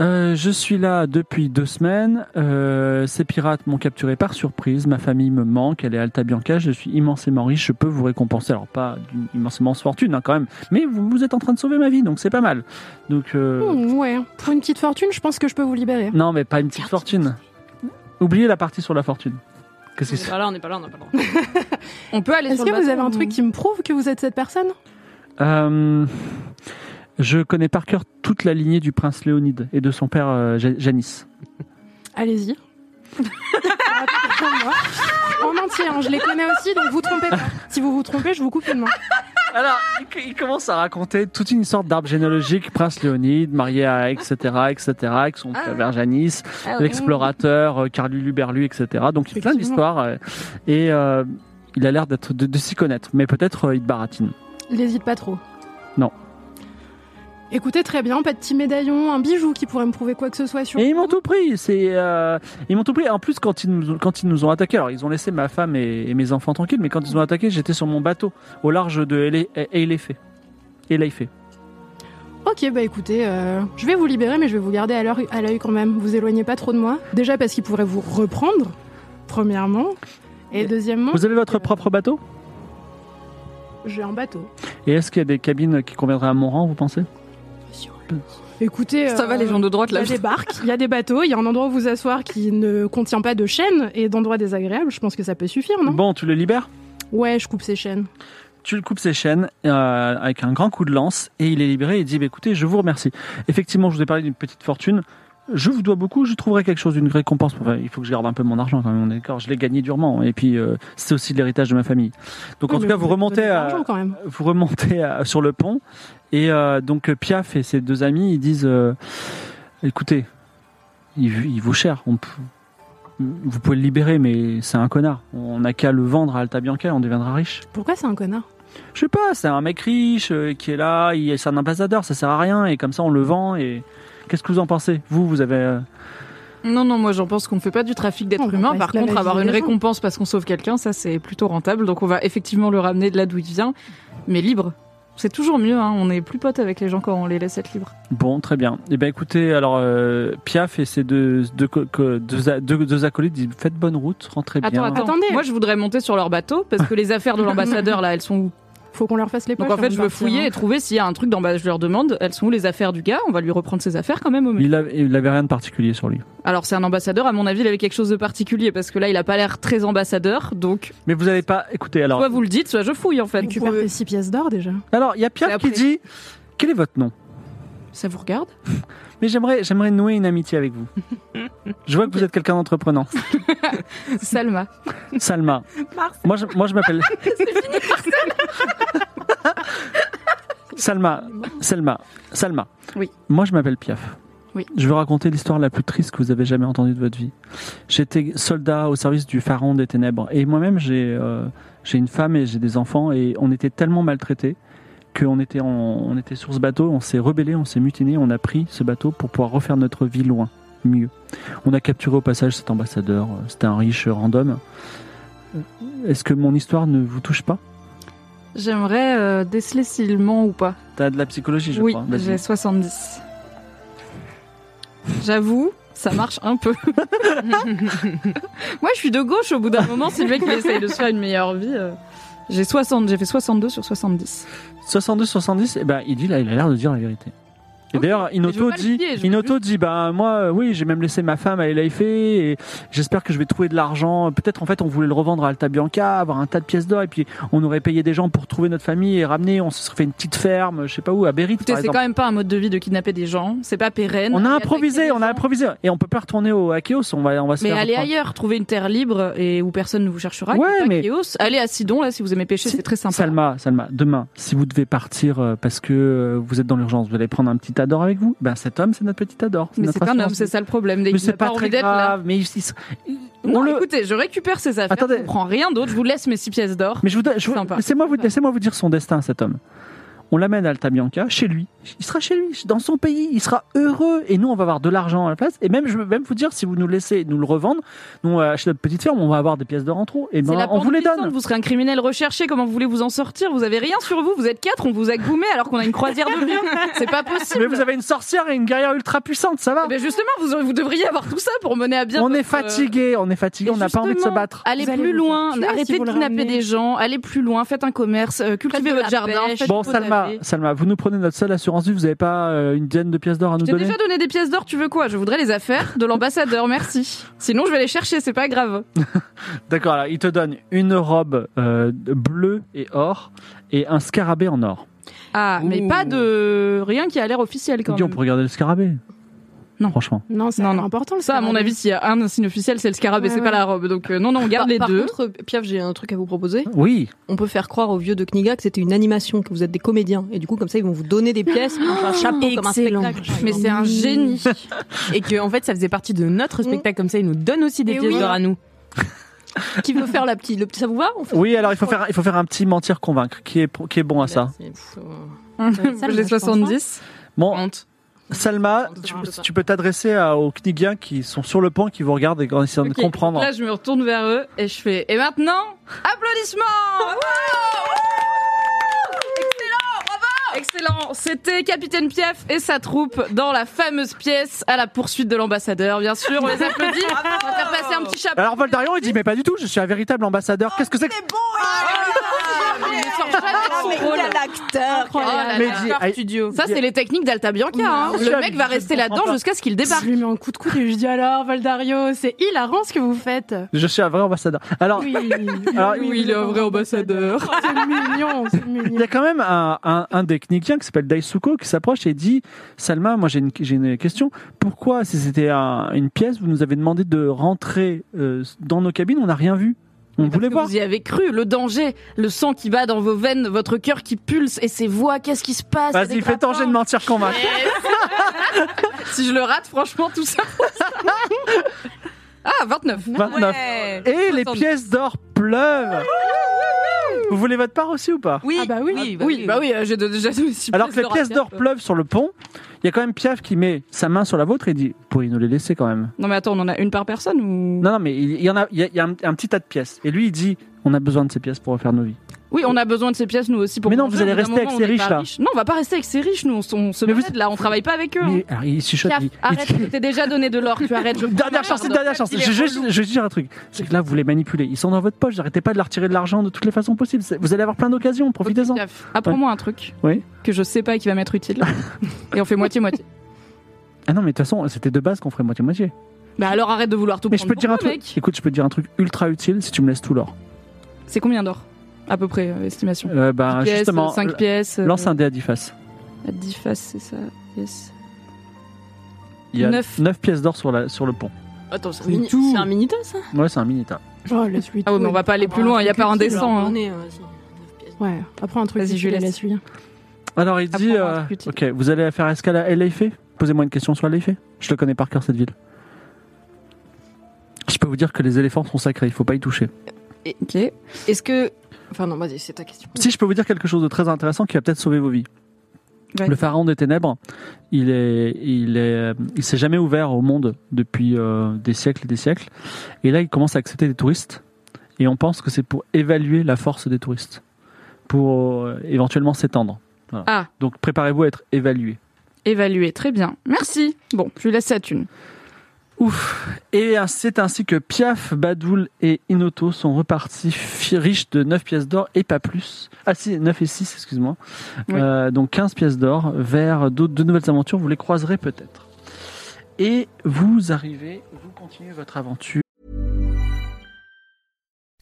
Euh, je suis là depuis deux semaines. Euh, ces pirates m'ont capturé par surprise. Ma famille me manque. Elle est à Alta Bianca. Je suis immensément riche. Je peux vous récompenser. Alors pas d'une immensément fortune hein, quand même. Mais vous, vous êtes en train de sauver ma vie, donc c'est pas mal. Donc euh, Hmm, Ouais, pour une petite fortune, je pense que je peux vous libérer. non, mais pas une petite fortune. Oubliez la partie sur la fortune. Qu'est-ce On que est c'est pas là, on n'est pas là, on n'est pas là. On peut aller Est-ce sur le que bateau. vous avez un truc qui me prouve que vous êtes cette personne Euh, Je connais par cœur toute la lignée du prince Léonide et de son père euh, Ja- Janis. Allez-y. Racontez-moi. en entier, hein, je les connais aussi, donc vous trompez pas. Si vous vous trompez, je vous coupe une main. Alors, il- il commence à raconter toute une sorte d'arbre généalogique, Prince Léonide, marié à etc., etc., avec son père Janis, Ah l'explorateur, euh, Carlu Berlu, etc. Donc, il y a plein d'histoires. euh, Et euh, il a l'air d'être de, de s'y connaître, mais peut-être euh, il te baratine. N'hésite pas trop. Non. Écoutez, très bien, pas de petit médaillon, un bijou qui pourrait me prouver quoi que ce soit sur. Et ils m'ont tout pris. C'est euh, ils m'ont tout pris. En plus, quand ils nous ont, quand ils nous ont attaqué, alors ils ont laissé ma femme et, et mes enfants tranquilles, mais quand ils nous ont attaqué, j'étais sur mon bateau au large de E, Ele- Eleife. Eleife. Ok, bah écoutez, euh, je vais vous libérer, mais je vais vous garder à l'œil à l'œil quand même. Vous éloignez pas trop de moi. Déjà parce qu'ils pourraient vous reprendre, premièrement. Et deuxièmement, Vous avez votre propre bateau j'ai un bateau. Et est-ce qu'il y a des cabines qui conviendraient à mon rang, vous pensez Écoutez, Ça va euh, les gens de droite Il y là. a des barques, il y a des bateaux, il y a un endroit où vous asseoir qui ne contient pas de chaînes et d'endroits désagréables. Je pense que ça peut suffire, non Bon, tu le libères Ouais, je coupe ces chaînes. Tu le coupes ses chaînes euh, avec un grand coup de lance et il est libéré et dit bah, écoutez, je vous remercie. Effectivement, je vous ai parlé d'une petite fortune. Je vous dois beaucoup, je trouverai quelque chose, une récompense. Enfin, il faut que je garde un peu mon argent quand même, on est d'accord. Je l'ai gagné durement et puis euh, c'est aussi de l'héritage de ma famille. Donc en Oui, tout mais cas, vous remontez, donnez de à- l'argent, quand même. vous remontez à- sur le pont et euh, donc euh, Piaf et ses deux amis ils disent euh, écoutez, il, il vaut cher, on peut- vous pouvez le libérer, mais c'est un connard. On n'a qu'à le vendre à Alta Bianca, on deviendra riche. Pourquoi c'est un connard Je sais pas, c'est un mec riche euh, qui est là, il c'est un ambassadeur, ça sert à rien, et comme ça on le vend, et qu'est-ce que vous en pensez Vous, vous avez... euh, Non, non, moi j'en pense qu'on fait pas du trafic On d'êtres va humains. pas Par esclavager contre, avoir les une gens. récompense parce qu'on sauve quelqu'un, ça c'est plutôt rentable. Donc on va effectivement le ramener de là d'où il vient, mais libre. C'est toujours mieux, hein. on est plus potes avec les gens quand on les laisse être libres. Bon, très bien. Eh bien écoutez, alors euh, Piaf et ses deux, deux, co- co- deux a- deux- deux acolytes disent faites bonne route, rentrez Attends, bien. attends. Attendez. Moi je voudrais monter sur leur bateau parce que les affaires de l'ambassadeur là, elles sont où Faut qu'on leur fasse les poches. Donc en avant fait, de je veux partir, fouiller hein. et trouver s'il y a un truc dans bah, je leur demande, elles sont où les affaires du gars On va lui reprendre ses affaires quand même au mieux. Il avait, il avait rien de particulier sur lui. Alors c'est un ambassadeur, à mon avis, il avait quelque chose de particulier parce que là, il a pas l'air très ambassadeur. Donc Mais vous n'avez pas écouté. Alors, soit vous le dites, soit je fouille en fait. Récupère tes six pièces d'or déjà. alors il y a Pierre Et qui après- dit Quel est votre nom Ça vous regarde Mais j'aimerais, j'aimerais nouer une amitié avec vous. Je vois que vous êtes quelqu'un d'entreprenant. Salma. Salma. Moi, je, moi, je m'appelle. Salma. Salma. Salma. Oui. Moi, je m'appelle Piaf. Oui. Je vais raconter l'histoire la plus triste que vous avez jamais entendue de votre vie. J'étais soldat au service du pharaon des ténèbres. Et moi-même, j'ai euh, j'ai une femme et j'ai des enfants. Et on était tellement maltraités qu'on était, en- on était sur ce bateau. On s'est rebellé, on s'est mutiné. On a pris ce bateau pour pouvoir refaire notre vie loin, mieux. On a capturé au passage cet ambassadeur. euh, C'était un riche random. Est-ce que mon histoire ne vous touche pas J'aimerais euh, déceler s'il ment ou pas. T'as de la psychologie, je oui, crois. j'ai Vas-y. 70. J'avoue, ça marche un peu. Moi, je suis de gauche au bout d'un moment. Si le mec il essaye de se faire une meilleure vie. euh, J'ai 60, j'ai fait 62 sur 70. 62, 70, eh ben, il dit là, il a l'air de dire la vérité. Et Ok, d'ailleurs, je veux Inoto pas le dit, piller, je veux Inoto dit, bah moi, euh, oui, j'ai même laissé ma femme aller lifer E et j'espère que je vais trouver de l'argent. Peut-être en fait, on voulait le revendre à Alta Bianca, avoir un tas de pièces d'or et puis on aurait payé des gens pour trouver notre famille et ramener. On se serait fait une petite ferme, je sais pas où, à Berry. Écoutez, c'est quand même pas un mode de vie de kidnapper des gens. C'est pas pérenne. On a Aller improvisé, attaquer on a des improvisé et on peut pas retourner au Akeos. On va, on va se Mais faire allez reprendre. ailleurs, trouvez une terre libre et où personne ne vous cherchera. Ouais, qu'il y ait pas mais- Chaos. Allez à Sidon, là, si vous aimez pêcher, Si- c'est très sympa. Salma, Salma, demain, si vous devez partir euh, parce que euh, vous êtes dans l'urgence, vous allez prendre un petit ador avec vous. Ben cet homme, c'est notre petit ador. Mais notre c'est un assurance homme, c'est ça le problème. Mais c'est pas très envie d'être là. grave. Mais, ils- ils- on Non, le- écoutez, je récupère ses affaires, Attendez. je ne prends rien d'autre, je vous laisse mes six pièces d'or. mais je vous, donne- je vous- Sympa. laissez-moi vous, laissez-moi vous dire son destin, cet homme. On l'amène à Alta Bianca, chez lui. Il sera chez lui, dans son pays. Il sera heureux. Et nous, on va avoir de l'argent à la place. Et même, je veux même vous dire, si vous nous laissez nous le revendre, nous, on va acheter notre petite ferme, on va avoir des pièces d'or en trop. Et C'est ben, la on vous les pente glissante, donne. Vous serez un criminel recherché. Comment vous voulez vous en sortir Vous avez rien sur vous. Vous êtes quatre. On vous a goumé alors qu'on a une croisière de vieux. C'est pas possible. Mais vous avez une sorcière et une guerrière ultra puissante, ça va. Eh ben justement, vous, vous devriez avoir tout ça pour mener à bien. on votre, est fatigué, on est fatigué, Et on n'a pas envie de se justement, battre. euh, Allez Vous allez plus vous loin. faire tuer Arrêtez si de vous le kidnapper ramenez. des gens. Allez plus loin. Faites un commerce. euh, cultivez de votre la jardin. pêche. faites Bon, du Salma, potager. Salma, vous nous prenez notre seule assurance vie, vous n'avez pas euh, une dizaine de pièces d'or à nous J'ai donner déjà donné des pièces d'or, tu veux quoi Je voudrais les affaires de l'ambassadeur, merci. Sinon, je vais les chercher, c'est pas grave. D'accord, alors, il te donne une robe euh, bleue et or et un scarabée en or. Ah, mais Ouh. pas de rien qui a l'air officiel Il quand dit, on même. peut regarder le scarabée. Non. Franchement. Non, c'est Non, non. important. le Ça, à mon scarabée. avis, s'il y a un signe officiel, c'est le scarabée, Ouais, c'est ouais. pas la robe. Donc, euh, non, non, on garde Par- les par deux. contre, Piaf, j'ai un truc à vous proposer. Oui, On peut faire croire aux vieux de Kniga que c'était une animation, que vous êtes des comédiens. Et du coup, comme ça, ils vont vous donner des pièces, un chapeau, comme un excellent. spectacle. par Mais exemple. c'est un génie. Et que, en fait, ça faisait partie de notre spectacle, comme ça, ils nous donnent aussi des Et pièces oui. d'or à nous. Qui veut faire la petite, le petit, ça vous va On fait- oui. Alors il faut faire, il faut faire un petit mentir convaincre, qui est, pro- qui est bon à ça. C'est- pff, euh, ça, J'ai je pense 70. Bon, Salma, Honte. tu, tu peux t'adresser à- aux Knigiens qui sont sur le pont, qui vous regardent et qui essayent de Ok. comprendre. Là, je me retourne vers eux et je fais. Et maintenant, applaudissements Wow Excellent, bravo Excellent. C'était Capitaine Piaf et sa troupe dans la fameuse pièce à la poursuite de l'ambassadeur. Bien sûr, on les applaudit. On va faire passer un petit chapeau. Alors Voldarion, il dit, mais pas du tout, je suis un véritable Oh, ambassadeur. Qu'est-ce que c'est que... Ah, Il ne sort jamais de son rôle. l'acteur Oh là Mais là. dis- aïe, Ça, c'est les techniques d'Alta Bianca. hein. Le mec va rester là-dedans jusqu'à ce qu'il débarque. Je lui mets un coup de coude et je dis alors, Valdario, c'est hilarant ce que vous faites. Je suis un vrai ambassadeur. Alors, Oui, Alors, oui, oui, il est un vrai ambassadeur. C'est mignon, c'est Il y mignon. a quand même un, un, un des Knikiens qui s'appelle Daisuko qui s'approche et dit Salma, moi j'ai une, j'ai une question. Pourquoi, si c'était un- une pièce, vous nous avez demandé de rentrer euh, dans nos cabines On n'a rien vu. On Parce voulait que voir. Vous y avez cru, le danger, le sang qui bat dans vos veines, votre cœur qui pulse et ses voix, qu'est-ce qui se passe Vas-y, fais ton jet de mentir convaincre. Si je le rate, franchement, tout ça. pour ça. ah, 29. 29. Et les pièces d'or pleuvent. Vous voulez votre part aussi ou pas Oui, Ah bah oui. Oui, bah oui, euh, j'ai de- déjà donné six Alors que les d'or à pièces Pierre. d'or pleuvent sur le pont, il y a quand même Piaf qui met sa main sur la vôtre et dit Vous pourriez nous les laisser quand même. Non, mais attends, on en a une par personne ou. Non, non, mais il il y en a, il y a, il y a un, un petit tas de pièces. Et lui, il dit On a besoin de ces pièces pour refaire nos vies. Oui, on a besoin de ces pièces, nous aussi, pour. Mais non, manger. vous allez Au bout d'un rester moment, avec on ces n'est riches, pas là. riches. Non, on va pas rester avec ces riches, nous, on, s- on se Mais vous- balade là, on travaille pas avec eux. hein. Mais alors, il chuchote. Piaf, il- il- arrête, je t'ai déjà donné de l'or, tu arrêtes. je- Dernière chance, Pardon, dernière chance. il Je, est relou. je, je vais dire un truc. C'est que là, vous les manipulez. Ils sont dans votre poche. Arrêtez pas de leur tirer de l'argent de toutes les façons possibles. C'est- Vous allez avoir plein d'occasions. Profitez-en. Piaf, Apprends-moi un truc Oui. que je sais pas et qui va m'être utile. Et on fait moitié-moitié. Ah non, mais de toute façon, c'était de base qu'on ferait moitié-moitié. Bah alors arrête de vouloir tout Mais je peux prendre. te dire un pour toi, truc. mec. Écoute, je peux te dire un truc ultra utile si tu me laisses tout l'or. C'est combien d'or À peu près, euh, estimation. Euh, bah, 10 pièces, justement, 5 l- pièces. euh, lance un dé à 10 faces. à 10 faces, c'est ça. Yes. Il y a Neuf. 9 pièces d'or sur, la- sur le pont. Attends, c'est un mini- Tout. c'est un hein. minita ça Ouais, c'est un mini-tas. Oh, laisse-lui. Ah ouais, mais on va pas aller plus loin, il y a pas un dessin. hein. Ouais, apprends un truc. Vas-y, je utile et laisse. laisse-lui. Alors, il dit Apprends-moi un euh, truc utile. Ok, vous allez faire escale à LFE E? Posez-moi une question sur LFE. E. Je le connais par cœur, cette ville. Je peux vous dire que les éléphants sont sacrés. Il faut pas y toucher. Ok. Est-ce que. Enfin, non, vas-y, c'est ta question. Si je peux vous dire quelque chose de très intéressant qui va peut-être sauver vos vies. Vas-y. Le pharaon des ténèbres, il est, il est, euh, il s'est jamais ouvert au monde depuis euh, des siècles et des siècles. Et là, il commence à accepter des touristes. Et on pense que c'est pour évaluer la force des touristes, pour euh, éventuellement s'étendre. Voilà. Ah. Donc préparez-vous à être évalué. Évalué, très bien. Merci. Bon, je lui laisse sa thune. Ouf. Et c'est ainsi que Piaf, Badoul et Inoto sont repartis fi- riches de 9 pièces d'or et pas plus. Ah si, 9 et 6, excuse-moi. Oui. Euh, donc 15 pièces d'or vers d'autres- de nouvelles aventures. Vous les croiserez peut-être. Et vous arrivez, vous continuez votre aventure.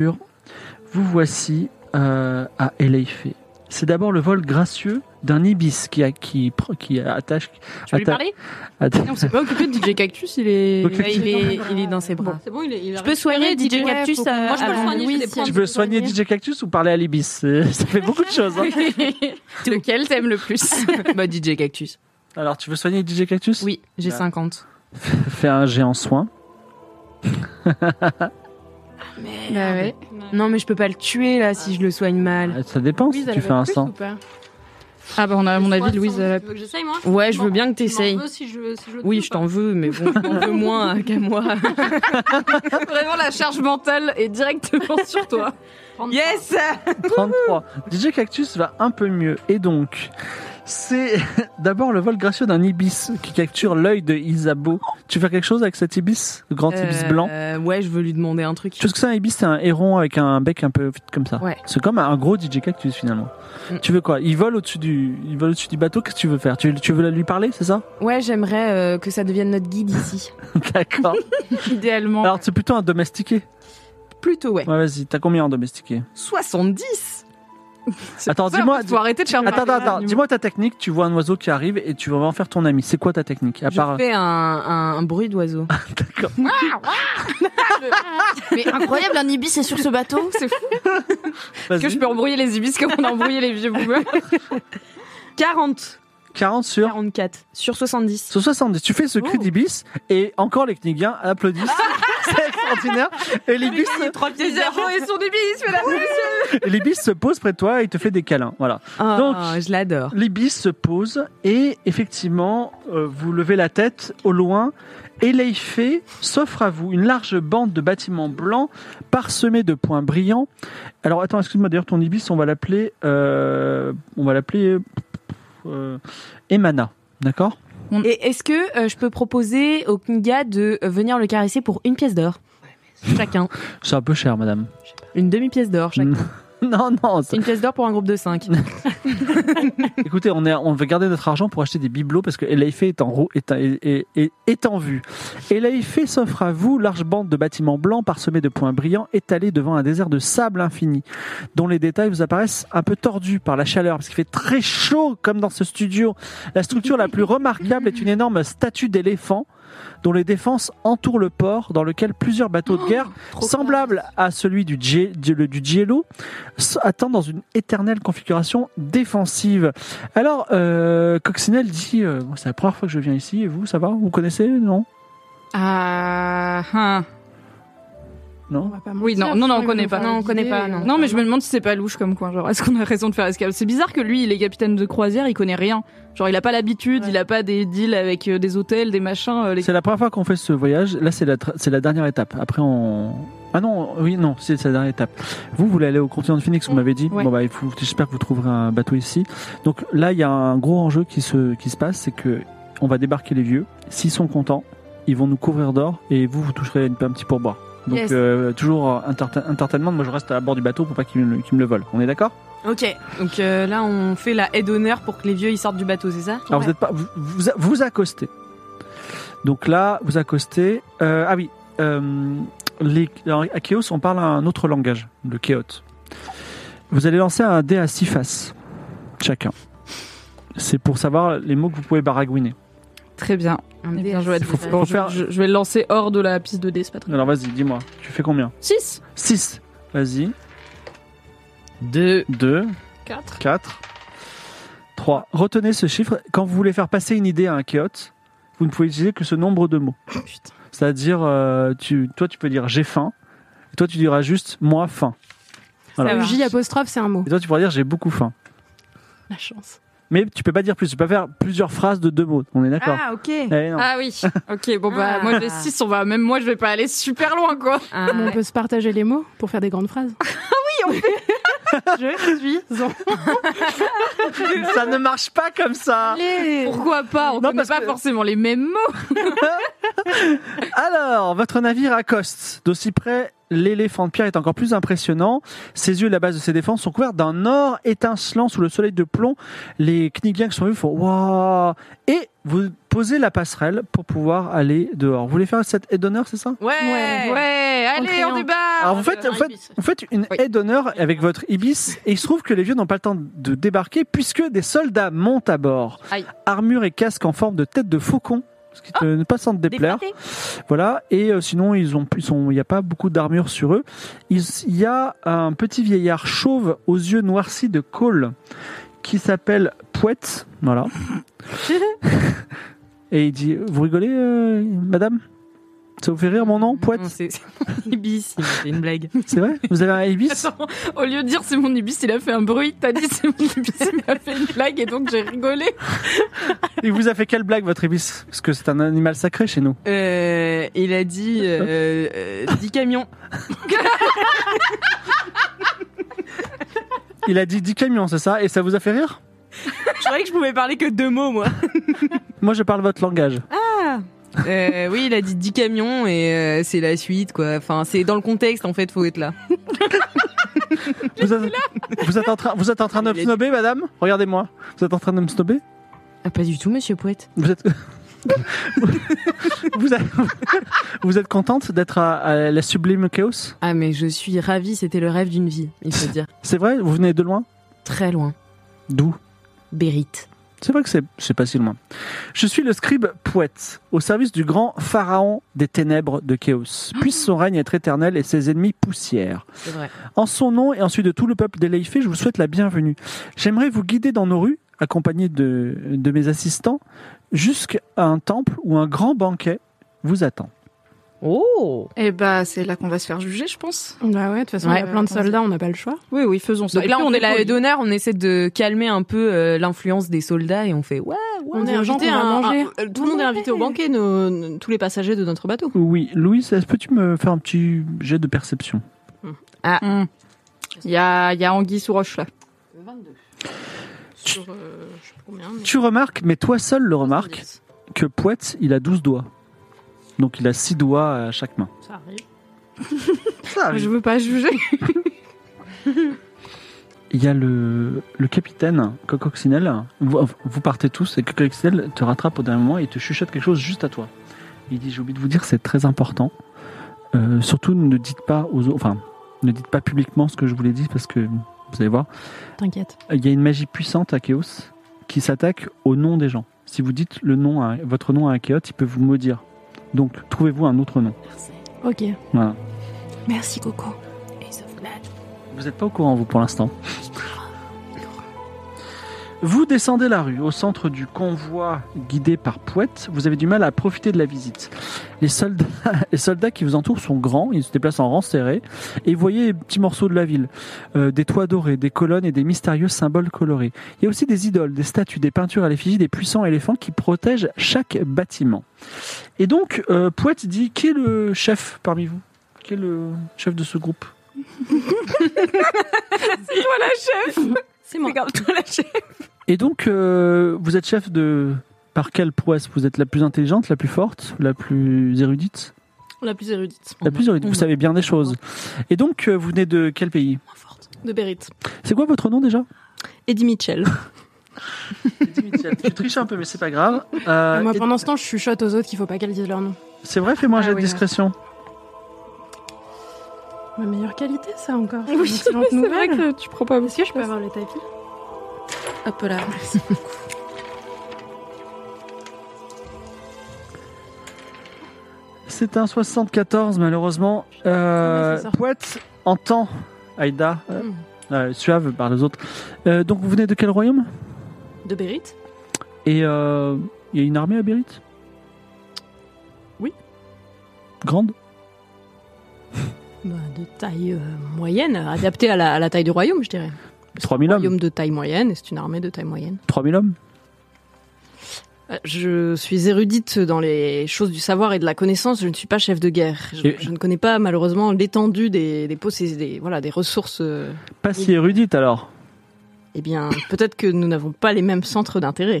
Vous voici euh, à Eleifé. C'est d'abord le vol gracieux d'un ibis qui, a, qui, pr- qui attache. Tu veux lui atta- parler atta- On s'est pas occupé de DJ Cactus, il est. Donc, il, est, il est dans ses bras. C'est bon, il est. Je peux soigner DJ Cactus faut- euh, moi, je peux le avant- soigner, je vais prendre- Tu veux soigner DJ Cactus ou parler à l'ibis C'est- Ça fait beaucoup de choses. hein. Lequel t'aimes le plus Bah, DJ Cactus. Alors, tu veux soigner DJ Cactus Oui, j'ai Bah. 50. Fais un géant soin. Bah ouais. Non, mais je peux pas le tuer là si je le soigne mal. Ça dépend si Louise, elle tu avait fais un plus sang. ou pas Ah bah on a, à mon avis, Louise. elle a- Tu veux que j'essaye, Ah. moi Ouais, Eh, je veux bien que Tu m'en t'essayes. veux si je- si je le Oui, tue je ou pas t'en veux, mais bon, t'en veux moins qu'à moi. Vraiment, la charge mentale est directement sur toi. Prendre ça. Yes 33. DJ Cactus va un peu mieux. Et donc, c'est d'abord le vol gracieux d'un ibis qui capture l'œil de Isabeau. Tu veux faire quelque chose avec cet ibis Le grand ibis Euh, blanc Ouais, je veux lui demander un truc. Tu sais ce que c'est un ibis C'est un héron avec un bec un peu comme ça. Ouais. C'est comme un gros DJ Cactus finalement. Mm. Tu veux quoi Il vole au-dessus du, il vole au-dessus du bateau. Qu'est-ce que tu veux faire tu, tu veux lui parler, c'est ça Ouais, j'aimerais euh, que ça devienne notre guide ici. D'accord. Idéalement. Alors c'est plutôt un domestiqué. Plutôt, ouais. Ouais, vas-y. T'as combien en domestiqué 70 Attends, Ça, en dis-moi. fait, faut arrêter de faire Attends, attends, marrer les attends. animaux. dis-moi ta technique. Tu vois un oiseau qui arrive et tu vas en faire ton ami. C'est quoi ta technique À Je part. fais un, un- un bruit d'oiseau. D'accord. Mais incroyable, un ibis est sur ce bateau, c'est fou. Est-ce que Vas-y. je peux embrouiller les ibis comme on a embrouillé les vieux boomers 40 40 sur. 44 sur 70. Sur 70, tu fais ce Oh. cri d'ibis et encore les Knigiens applaudissent. C'est extraordinaire. Et l'ibis, Isabeau et son ibis, mesdames et messieurs. l'ibis se pose près de toi et il te fait des câlins. Voilà. Ah, Donc- je l'adore. L'ibis se pose et effectivement, euh, vous levez la tête au loin et l'Eiffé s'offre à vous une large bande de bâtiments blancs parsemés de points brillants. Alors attends, excuse-moi d'ailleurs, ton ibis, on va l'appeler, euh, on va l'appeler euh, Emana, d'accord Et est-ce que euh, je peux proposer au Kniga de euh, venir le caresser pour une pièce d'or Chacun. C'est un peu cher, madame. Une demi-pièce d'or chacun. Non, non. ça- Une pièce d'or pour un groupe de 5. Écoutez, on, est, on veut garder notre argent pour acheter des bibelots parce que Elaïfé E est en, roue- est, est- est- est en vue. Elaïfé E s'offre à vous large bande de bâtiments blancs parsemés de points brillants étalés devant un désert de sable infini, dont les détails vous apparaissent un peu tordus par la chaleur parce qu'il fait très chaud comme dans ce studio. La structure la plus remarquable est une énorme statue d'éléphant dont les défenses entourent le port dans lequel plusieurs bateaux de guerre, semblables à celui du, Gie- du, le- du Giello, s- attendent dans une éternelle configuration défensive. Alors, euh, Coccinelle dit euh, Moi, C'est la première fois que je viens ici, et vous, ça va Vous connaissez Non Ah, hein. On Non va pas Oui, mentir, non, non, non, on ils connaît vont pas. faire Non, on une connaît idée, pas, euh, non. Non, mais je me demande si c'est pas louche comme coin. Genre, est-ce qu'on a raison de faire escale C'est bizarre que lui, il est capitaine de croisière, il connaît rien. Genre, il a pas l'habitude, il a pas des deals avec euh, des hôtels, des machins. euh, les- C'est la première fois qu'on fait ce voyage. Là, c'est la, tra- c'est la dernière étape. Après, on. Ah non, oui, non, c'est c'est la dernière étape. Vous, vous voulez aller au continent de Phoenix, vous m'avez dit. Mm, Ouais. Bon, bah, il faut- j'espère que vous trouverez un bateau ici. Donc là, il y a un gros enjeu qui se, qui se passe c'est que on va débarquer les vieux. S'ils sont contents, ils vont nous couvrir d'or et vous, vous toucherez une- un petit pourboire. Donc, Yes. euh, toujours euh, entertain- entertainment, moi je reste à bord du bateau pour pas qu'ils me, qu'ils me le volent. On est d'accord Ok, donc euh, là on fait la aide d'honneur pour que les vieux ils sortent du bateau, c'est ça Alors Ah, vous êtes pas, vous, vous, vous accostez. Donc là, vous accostez. Euh, ah oui, euh, les, alors, à Chaos, on parle un autre langage, le Chaos. Vous allez lancer un dé à six faces, chacun. C'est pour savoir les mots que vous pouvez baragouiner. Très bien. On Bien joué. Il faut- Adrien. faut Je- faire- je, je vais le lancer hors de la piste de dés, c'est pas très Alors vas-y, dis-moi, tu fais combien 6 6. Vas-y. 2. 2, 4 4, 3. Retenez ce chiffre. Quand vous voulez faire passer une idée à un chaote, vous ne pouvez utiliser que ce nombre de mots. C'est-à-dire, euh, tu, toi, tu peux dire j'ai faim. Et toi, tu diras juste moi faim. Voilà. Le J apostrophe, c'est un mot. Et toi, tu pourras dire j'ai beaucoup faim. La chance. Mais tu peux pas dire plus. Tu peux pas faire plusieurs phrases de deux mots. On est d'accord Ah ok. Eh non. Ah oui. Ok, bon bah, Ah. moi j'ai 6, on va, même moi je vais pas aller super loin quoi. Ah, Mais On peut se partager les mots pour faire des grandes phrases. je suis. Ça ne marche pas comme ça. Pourquoi pas On Non, connaît parce pas que- forcément les mêmes mots. Alors, votre navire accoste. D'aussi près, l'éléphant de pierre est encore plus impressionnant. Ses yeux et la base de ses défenses sont couverts d'un or étincelant sous le soleil de plomb. Les Knigiens qui sont venus font Waouh Et vous posez la passerelle pour pouvoir aller dehors. Vous voulez faire cette aide d'honneur, c'est ça Ouais. Ouais, allez, on crayon. débarque Alors, vous faites, vous faites, vous faites une Ah, Oui. aide d'honneur avec votre ibis et il se trouve que les vieux n'ont pas le temps de débarquer puisque des soldats montent à bord. Aïe. Armure et casque en forme de tête de faucon, ce qui te- ne pas sans te déplaire. Voilà, et euh, sinon, ils ont, ils sont- il n'y a pas beaucoup d'armure sur eux. Ils- Il y a un petit vieillard chauve aux yeux noircis de colle qui s'appelle Pouette. Voilà. et il dit Vous rigolez, euh, madame Ça vous fait rire mon nom, Pouette Non, C'est c'est ibis, c'est une blague. C'est vrai Vous avez un ibis Attends, au lieu de dire c'est mon ibis, il a fait un bruit. T'as dit c'est mon ibis, il a fait une blague et donc j'ai rigolé. Il vous a fait quelle blague, votre ibis Parce que c'est un animal sacré chez nous. Euh, il a dit euh, euh, 10 camions. Il a dit 10 camions, c'est ça Et ça vous a fait rire Je croyais que je pouvais parler que deux mots moi. Moi, je parle votre langage. Euh, oui, il a dit 10 camions et euh, c'est la suite quoi. Enfin, c'est dans le contexte en fait, faut être là. Vous êtes, vous êtes en train, vous êtes en train de Il a me dit- snobber, madame Regardez-moi. Vous êtes en train de me snobber Ah, pas du tout, monsieur Pouette. Vous êtes. vous, êtes... vous êtes contente d'être à, à la sublime Chaos Ah, mais je suis ravie, c'était le rêve d'une vie, il faut dire. C'est vrai Vous venez de loin Très loin. D'où Bérite. C'est vrai que c'est c'est pas si loin. Je suis le scribe Pouette, au service du grand pharaon des ténèbres de Chaos. Puisse son règne être éternel et ses ennemis poussière. C'est vrai. En son nom et ensuite de tout le peuple d'Eleifé, je vous souhaite la bienvenue. J'aimerais vous guider dans nos rues, accompagné de, de mes assistants, jusqu'à un temple où un grand banquet vous attend. Oh Eh bah, c'est là qu'on va se faire juger, je pense. Bah ouais, de toute façon, Ouais. il y a plein de soldats, on n'a pas le choix. Oui, oui, faisons ça. Donc là, on est la là haie d'honneur, on essaie de calmer un peu euh, l'influence des soldats et on fait ouais, ouais. On est invité à manger. tout le monde est invité au banquet, nos- nos- tous les passagers de notre bateau. Oui, Louis, est-ce que tu me faire un petit jet de perception Bah, Mm. Il y a, il y a Anguille sous roche là. Sur, euh, je sais pas combien, mais- Tu remarques, mais toi seul le remarques, que Pouette, il a 12 doigts. Donc il a 6 doigts à chaque main. Ça arrive. Ça Je veux pas juger. il y a le, le capitaine Cococcinelle. Vous, vous partez tous et Cococcinelle te rattrape au dernier moment et te chuchote quelque chose juste à toi. Il dit J'ai oublié de vous dire, c'est très important. Euh, surtout, ne dites pas aux autres, enfin, ne dites pas publiquement ce que je vous l'ai dit parce que vous allez voir. T'inquiète. Il y a une magie puissante à Chaos qui s'attaque au nom des gens. Si vous dites le nom à- votre nom à un Chaos, il peut vous maudire. Donc, trouvez-vous un autre nom. Ok. Voilà. Merci, Coco. Vous n'êtes pas au courant, vous, pour l'instant. Vous descendez la rue, au centre du convoi guidé par Pouette. Vous avez du mal à profiter de la visite. Les soldats, les soldats qui vous entourent sont grands, ils se déplacent en rangs serrés, et vous voyez des petits morceaux de la ville. Euh, des toits dorés, des colonnes et des mystérieux symboles colorés. Il y a aussi des idoles, des statues, des peintures à l'effigie des puissants éléphants qui protègent chaque bâtiment. Et donc, euh, Pouette dit, qui est le chef parmi vous Qui est le chef de ce groupe C'est toi la chef C'est moi. toi la chef Et donc, euh, vous êtes chef de. Par quelle prouesse Vous êtes la plus intelligente, la plus forte, la plus érudite La plus érudite. La plus érudite. Vous savez bien des choses. Et donc, euh, vous venez de quel pays De Bérite. C'est quoi votre nom déjà Eddie Mitchell. Tu triches un peu, mais c'est pas grave. Euh, Moi, et- pendant ce temps, je chuchote aux autres qu'il faut pas qu'elles disent leur nom. c'est vrai, fais-moi un Ah jet de oui, discrétion. Ma meilleure qualité, ça encore. Oui, C'est une excellente c'est vrai nouvelle. que tu prends pas Est-ce que je peux avoir le tapis Hop là. C'est un 74, malheureusement. Euh, Ah, mais ça sort. Hmm. Poète entend Aïda, euh, euh, suave par les autres. Euh, donc, vous venez de quel royaume De Bérite Et euh, il y a une armée à Bérite Oui. Grande Bah, De taille euh, moyenne, adaptée à la, à la taille du royaume, je dirais. 3000 hommes Royaume de taille moyenne, et c'est une armée de taille moyenne. 3000 hommes Euh, Je suis érudite dans les choses du savoir et de la connaissance. Je ne suis pas chef de guerre. Je, Et- je ne connais pas malheureusement l'étendue des, des, possé- des- voilà des ressources. euh, Pas si érudite alors. Eh bien, peut-être que nous n'avons pas les mêmes centres d'intérêt.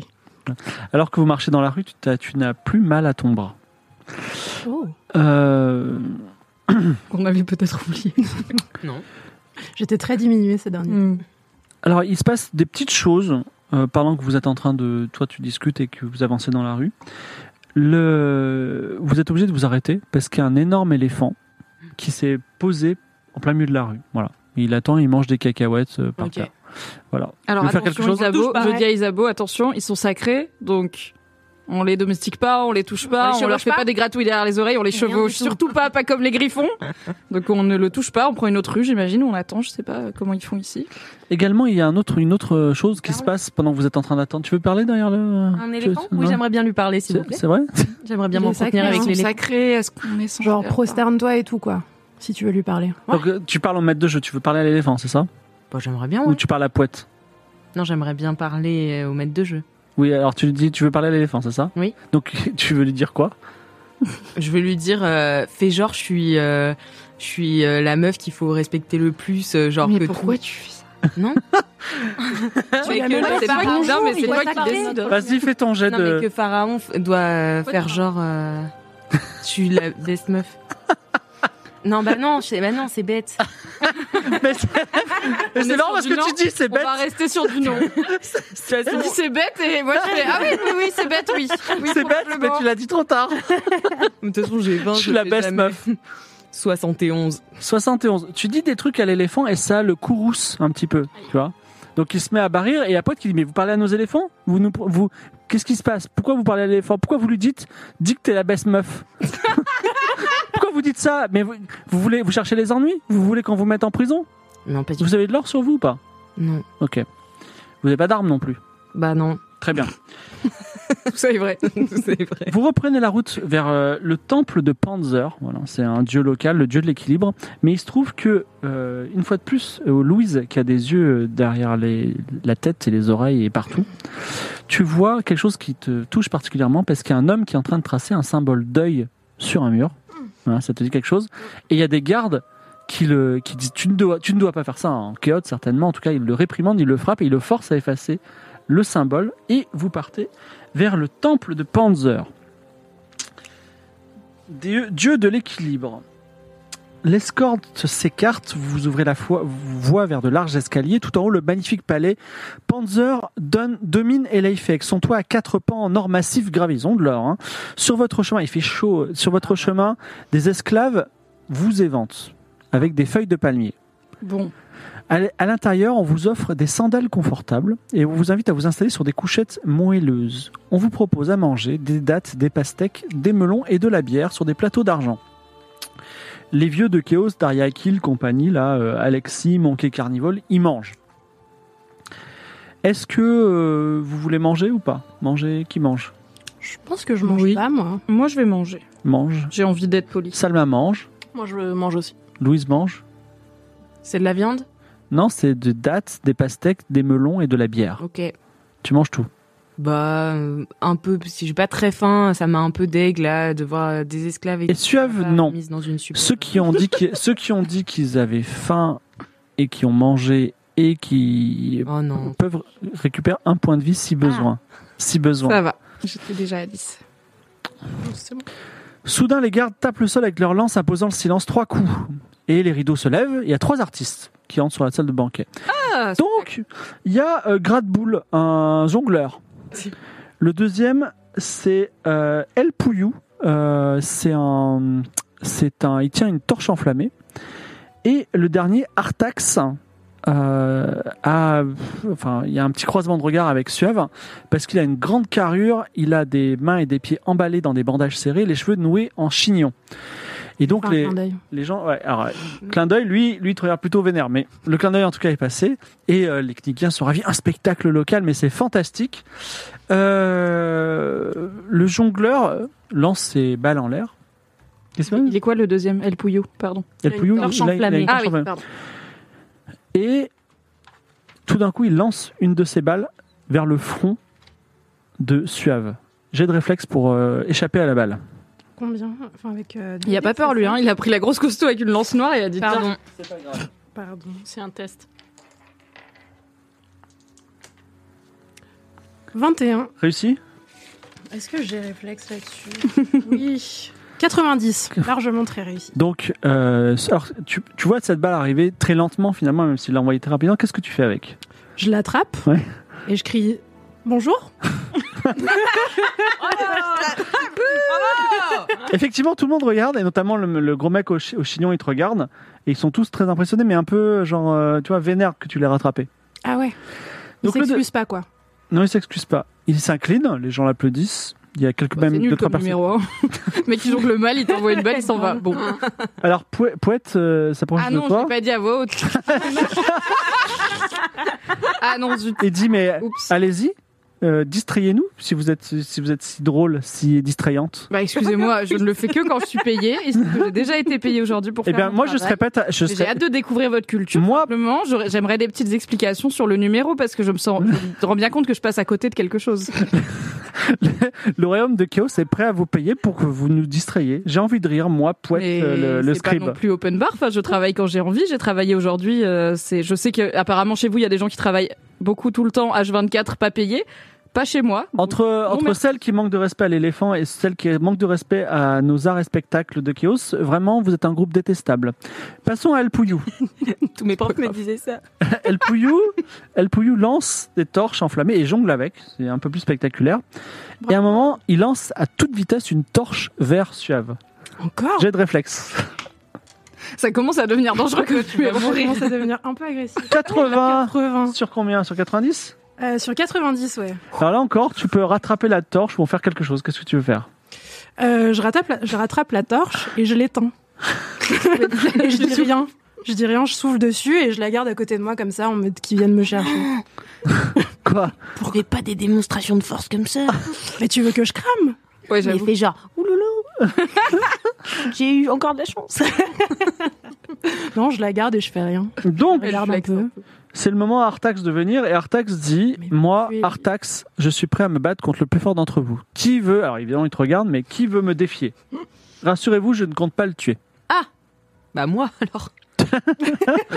Alors que vous marchez dans la rue, tu, t'as- tu n'as plus mal à ton bras. Oh. Euh, On avait peut-être oublié. J'étais très diminuée ces derniers. Mm. alors il se passe des petites choses euh, pendant que vous êtes en train de... Toi tu discutes et que vous avancez dans la rue. Le, vous êtes obligé de vous arrêter parce qu'il y a un énorme éléphant qui s'est posé en plein milieu de la rue. Voilà. Il attend, il mange des cacahuètes euh, par Ok. terre. Voilà. Alors Tu veux faire quelque attention chose Isabeau, pas, je ouais. dis à Isabeau, attention, ils sont sacrés, donc on les domestique pas, on les touche On pas, les on, leur chevauche fait pas. pas des gratouilles derrière les oreilles, on les Rien du chevauche tout. surtout pas, pas comme les griffons. Donc on ne le touche pas, on prend une autre rue, j'imagine, ou on attend, je sais pas comment ils font ici. Également, il y a un autre, une autre chose qui se passe pendant que vous êtes en train d'attendre. Tu veux parler derrière le... Bah Un tu- éléphant Oui, non j'aimerais bien lui parler, s'il vous C'est plaît. c'est vrai J'aimerais bien Il est m'entretenir sacré, avec hein. Ils sont l'éléphant. sacrés, est-ce qu'on est sans Genre, faire prosterne-toi et tout, quoi. Si tu veux lui parler. Donc, euh, tu parles en maître de jeu, tu veux parler à l'éléphant, c'est ça Bah, j'aimerais bien, Ou ouais. tu parles à Pouette Non, j'aimerais bien parler euh, au maître de jeu. Oui, alors tu lui dis, tu veux parler à l'éléphant, c'est ça Oui. Donc tu veux lui dire quoi Je vais lui dire, euh, fais genre, je suis, euh, je suis euh, la meuf qu'il faut respecter le plus, euh, genre Mais que pourquoi tu fais ça Non. Mais as que- même pas c'est fait toi qui- bonjour, non, mais c'est il toi va qui parler. décides. Vas-y, fais ton jet non, de. mais que Pharaon f- doit euh, faire genre, euh, je suis la best meuf. Non, bah non, je- bah non, c'est bête. Mais c'est mais c'est sur marrant parce du que lent, tu dis, c'est On bête. va rester sur du nom. Tu dis c'est bête et moi je fais ah oui oui oui c'est bête oui. Oui, C'est bête, mais probablement. tu l'as dit trop tard. De toute façon, j'ai 20. Je suis la fais best jamais- meuf. 71. 71. Tu dis des trucs à l'éléphant et ça le courrouce un petit peu, tu vois. Donc il se met à barrir et il y a Pote qui dit mais vous parlez à nos éléphants Vous nous vous qu'est-ce qui se passe Pourquoi vous parlez à l'éléphant Pourquoi vous lui dites dis que t'es la best meuf Pourquoi vous dites ça Mais vous, vous voulez vous cherchez les ennuis Vous voulez qu'on vous mette en prison Non, pas du tout. Vous avez de l'or sur vous ou pas Non. Ok. Vous n'avez pas d'armes non plus. Bah non. Très bien. Tout ça est vrai. c'est vrai. Vous reprenez la route vers euh, le temple de Panzer. Voilà, c'est un dieu local, le dieu de l'équilibre. Mais il se trouve que, euh, une fois de plus, euh, Louise, qui a des yeux euh, derrière les- la tête et les oreilles et partout, tu vois quelque chose qui te touche particulièrement parce qu'il y a un homme qui est en train de tracer un symbole d'œil sur un mur. Voilà, ça te dit quelque chose. Et il y a des gardes qui, le, qui disent tu ne, dois, tu ne dois pas faire ça. En chaos, certainement. En tout cas, il le réprimande, il le frappe et il le force à effacer le symbole. Et vous partez vers le temple de Panzer. Dieu, dieu de l'équilibre. l'escorte s'écarte, vous ouvrez la foi- voie vers de larges escaliers. Tout en haut, le magnifique palais Panzer donne, domine et Leifek. Son toit à quatre pans en or massif gravé, ils ont de l'or. hein. Sur votre chemin, il fait chaud, sur votre chemin, des esclaves vous éventent avec des feuilles de palmier. Bon. À l- à l'intérieur, on vous offre des sandales confortables et on vous invite à vous installer sur des couchettes moelleuses. On vous propose à manger des dattes, des pastèques, des melons et de la bière sur des plateaux d'argent. Les vieux de Chaos, Dariakil, compagnie, là, euh, Alexis, Monkey Carnivore, ils mangent. Est-ce que euh, vous voulez manger ou pas Manger, qui mange Je pense que je mange pas, moi. Moi, je vais manger. Mange. J'ai envie d'être poli. Salma mange. Moi, je mange aussi. Louise mange. C'est de la viande Non, c'est des dattes, des pastèques, des melons et de la bière. Ok. Tu manges tout. Bah, euh, un peu, si j'ai pas très faim, ça m'a un peu deg là, de voir des esclaves et euh, Et Bah, suave, non. mises dans une soupe. Ceux qui ont dit qu'ils- ceux qui ont dit qu'ils avaient faim et qui ont mangé et qui Oh non. peuvent récupérer un point de vie si besoin. Si besoin. Ça va. J'étais déjà à 10. C'est bon. Soudain, les gardes tapent le sol avec leurs lances, imposant le silence trois coups. Et les rideaux se lèvent. Il y a trois artistes qui entrent sur la salle de banquet. Donc, il y a euh, Gradboul, un jongleur. Le deuxième, c'est euh, El Pouillou. Euh, c'est un, c'est un, il tient une torche enflammée. Et le dernier, Artax. euh, a- enfin, il y a un petit croisement de regard avec Suave parce qu'il a une grande carrure, il a des mains et des pieds emballés dans des bandages serrés, les cheveux noués en chignon. Et donc Enfin, Ah, les, clin d'œil. les gens, ouais, alors, ouais, clin d'œil, lui, lui, il te regarde plutôt vénère, mais le clin d'œil en tout cas est passé. Et euh, les Knikiens sont ravis. Un spectacle local, mais c'est fantastique. Euh, le jongleur euh, lance ses balles en l'air. Qu'est-ce que Il est quoi le deuxième El Pouillou, pardon. Il y a le pouillou, il a- il a une torche Ah oui, enflammée. pardon. Et tout d'un coup, il lance une de ses balles vers le front de Suave. J'ai de réflexe pour euh, échapper à la balle. Combien Enfin, avec. euh, Il a pas peur lui, hein. Il a pris la grosse costaud avec une lance noire et a dit bah, Pardon. Pardon. Pardon. C'est un test. 21. Réussi Est-ce que j'ai réflexe là-dessus Oui. 90. Largement très réussi. Donc, euh, alors, tu, tu vois cette balle arriver très lentement finalement, même s'il l'a envoyée très rapidement. Qu'est-ce que tu fais avec Je l'attrape Ouais. et je crie Bonjour Ah. Effectivement, tout le monde regarde, et notamment le, le gros mec au, chi- au chignon, il te regarde. Et ils sont tous très impressionnés, mais un peu, genre, euh, tu vois, vénère que tu l'aies rattrapé. Ah ouais. Il Donc le s'excuse pas, quoi. Non, il s'excuse pas. Il s'incline, les gens l'applaudissent. Il y a quelques Bah, C'est même deux, nul trois comme personnes. numéro 1. Mais qui jongle mal, il t'envoie une balle, il s'en va. Bon. Alors, Pou- Pouette euh, s'approche Ah de non, je toi l'ai pas dit à voix haute. ah non, zut. et dit Mais Oups. allez-y, euh, distrayez-nous si vous êtes si vous êtes si drôle, si distrayante. Bah excusez-moi, je ne le fais que quand je suis payée. Et c'est que j'ai déjà été payée aujourd'hui pour Eh faire bien, mon moi, je travail. serais pas. ta- je Mais serais- J'ai hâte de découvrir votre culture. Moi, Simplement, j'aurais- j'aimerais des petites explications sur le numéro parce que je me sens, je me rends bien compte que je passe à côté de quelque chose. le royaume de Chaos est prêt à vous payer pour que vous nous distrayiez. J'ai envie de rire, moi, Pouette, Mais euh, le, le c'est pas scribe. non plus open bar. Enfin, je travaille quand j'ai envie. J'ai travaillé aujourd'hui. euh, c'est, je sais que apparemment chez vous, il y a des gens qui travaillent beaucoup tout le temps, H24, pas payés. Pas chez moi. Entre, entre merci. celle qui manque de respect à l'éléphant et celle qui manque de respect à nos arts et spectacles de Chaos, vraiment, vous êtes un groupe détestable. Passons à El Pouillou. Tous mes profs me disaient ça. El Pouillou, El Pouillou lance des torches enflammées et jongle avec. C'est un peu plus spectaculaire. Et à un moment, il lance à toute vitesse une torche vers Suave. Encore J'ai de réflexe. Ça commence à devenir dangereux que tu es Je Ah. mourir. commence à devenir un peu agressif. 80 80. sur combien Sur 90 Euh, sur 90, ouais. Alors là encore, tu peux rattraper la torche ou en faire quelque chose. Qu'est-ce que tu veux faire Euh, je, rattrape la, je rattrape la torche et je l'éteins. et je dis rien. Je dis rien, je souffle dessus et je la garde à côté de moi comme ça en mode qu'ils viennent me chercher. Quoi Pourquoi pas des démonstrations de force comme ça Mais tu veux que je crame Ouais, Mais Ah, j'avoue. fais genre, ouloulou J'ai eu encore de la chance. Non, je la garde et je fais rien. Donc, Je regarde un hein. peu. c'est le moment à Artax de venir et Artax dit Mais Moi, oui. Artax, je suis prêt à me battre contre le plus fort d'entre vous. Qui veut Alors évidemment, il te regarde, mais qui veut me défier Rassurez-vous, je ne compte pas le tuer. Bah moi alors.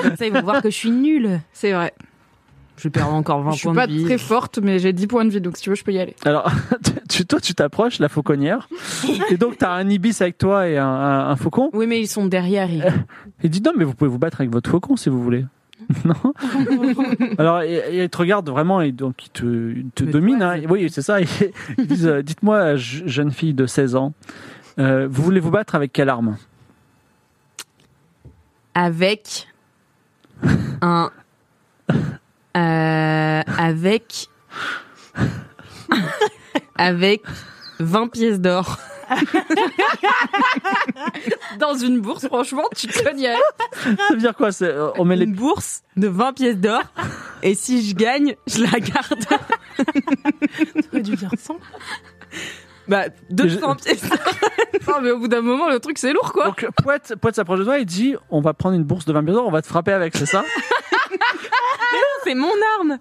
Comme ça ils vont voir que je suis nulle. C'est vrai. Je vais perdre encore 20 Je suis points pas de vie. très forte, mais j'ai 10 points de vie, donc si tu veux, je peux y aller. Alors, tu, toi, tu t'approches, la fauconnière, et donc t'as un ibis avec toi et un, un- un faucon. Oui, mais ils sont derrière. ils- Il dit non, mais vous pouvez vous battre avec votre faucon si vous voulez. Non. Alors, et- et il te regarde vraiment et donc il te, il te domine. hein. Oui, c'est ça. Ils disent, euh, dites-moi, je- jeune fille de 16 ans, euh, vous voulez vous battre avec quelle arme Avec un. euh, avec. avec 20 pièces d'or. Dans une bourse, franchement, tu cognes. Ça veut dire quoi c'est, euh, On met les Une bourse de 20 pièces d'or. Et si je gagne, je la garde. T'aurais dû dire 100. Bah, 200 pièces d'or. Non, mais au bout d'un moment, le truc, c'est lourd, quoi. Donc Poète, Poète s'approche de toi et dit on va prendre une bourse de 20 pièces d'or, on va te frapper avec, c'est ça C'est mon arme.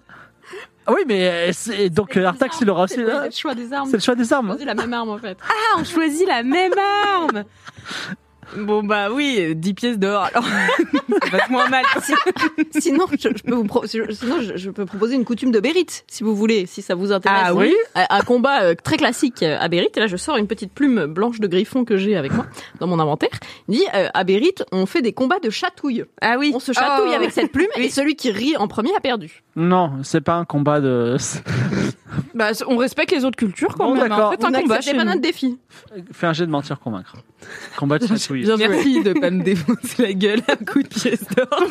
Ah oui, mais euh, c'est- donc euh, Artax il aura aussi là. choix des armes. C'est le choix des armes. hein. la même arme en fait. Ah, on choisit la même arme. Bon, bah oui, euh, 10 pièces d'or. Alors, ça passe moins mal. Sinon, je, je peux vous pro- si- sinon je, je peux proposer une coutume de Bérite, si vous voulez, si ça vous intéresse. Ah oui un, un combat euh, très classique euh, à Bérite. Et là, je sors une petite plume blanche de griffon que j'ai avec moi dans mon inventaire. Il dit euh, à Bérite, on fait des combats de chatouille. Ah oui. On se chatouille Oh. avec cette plume et celui qui rit en premier a perdu. Non, c'est pas un combat de. Bah, on respecte les autres cultures, quand Bon, même. d'accord. hein. Faites un on combat n'accepte chez pas nous. notre défi. Fais un jet de mentir convaincre. Combat de chatouille. Merci de pas me défoncer la gueule à coup de pièces d'or.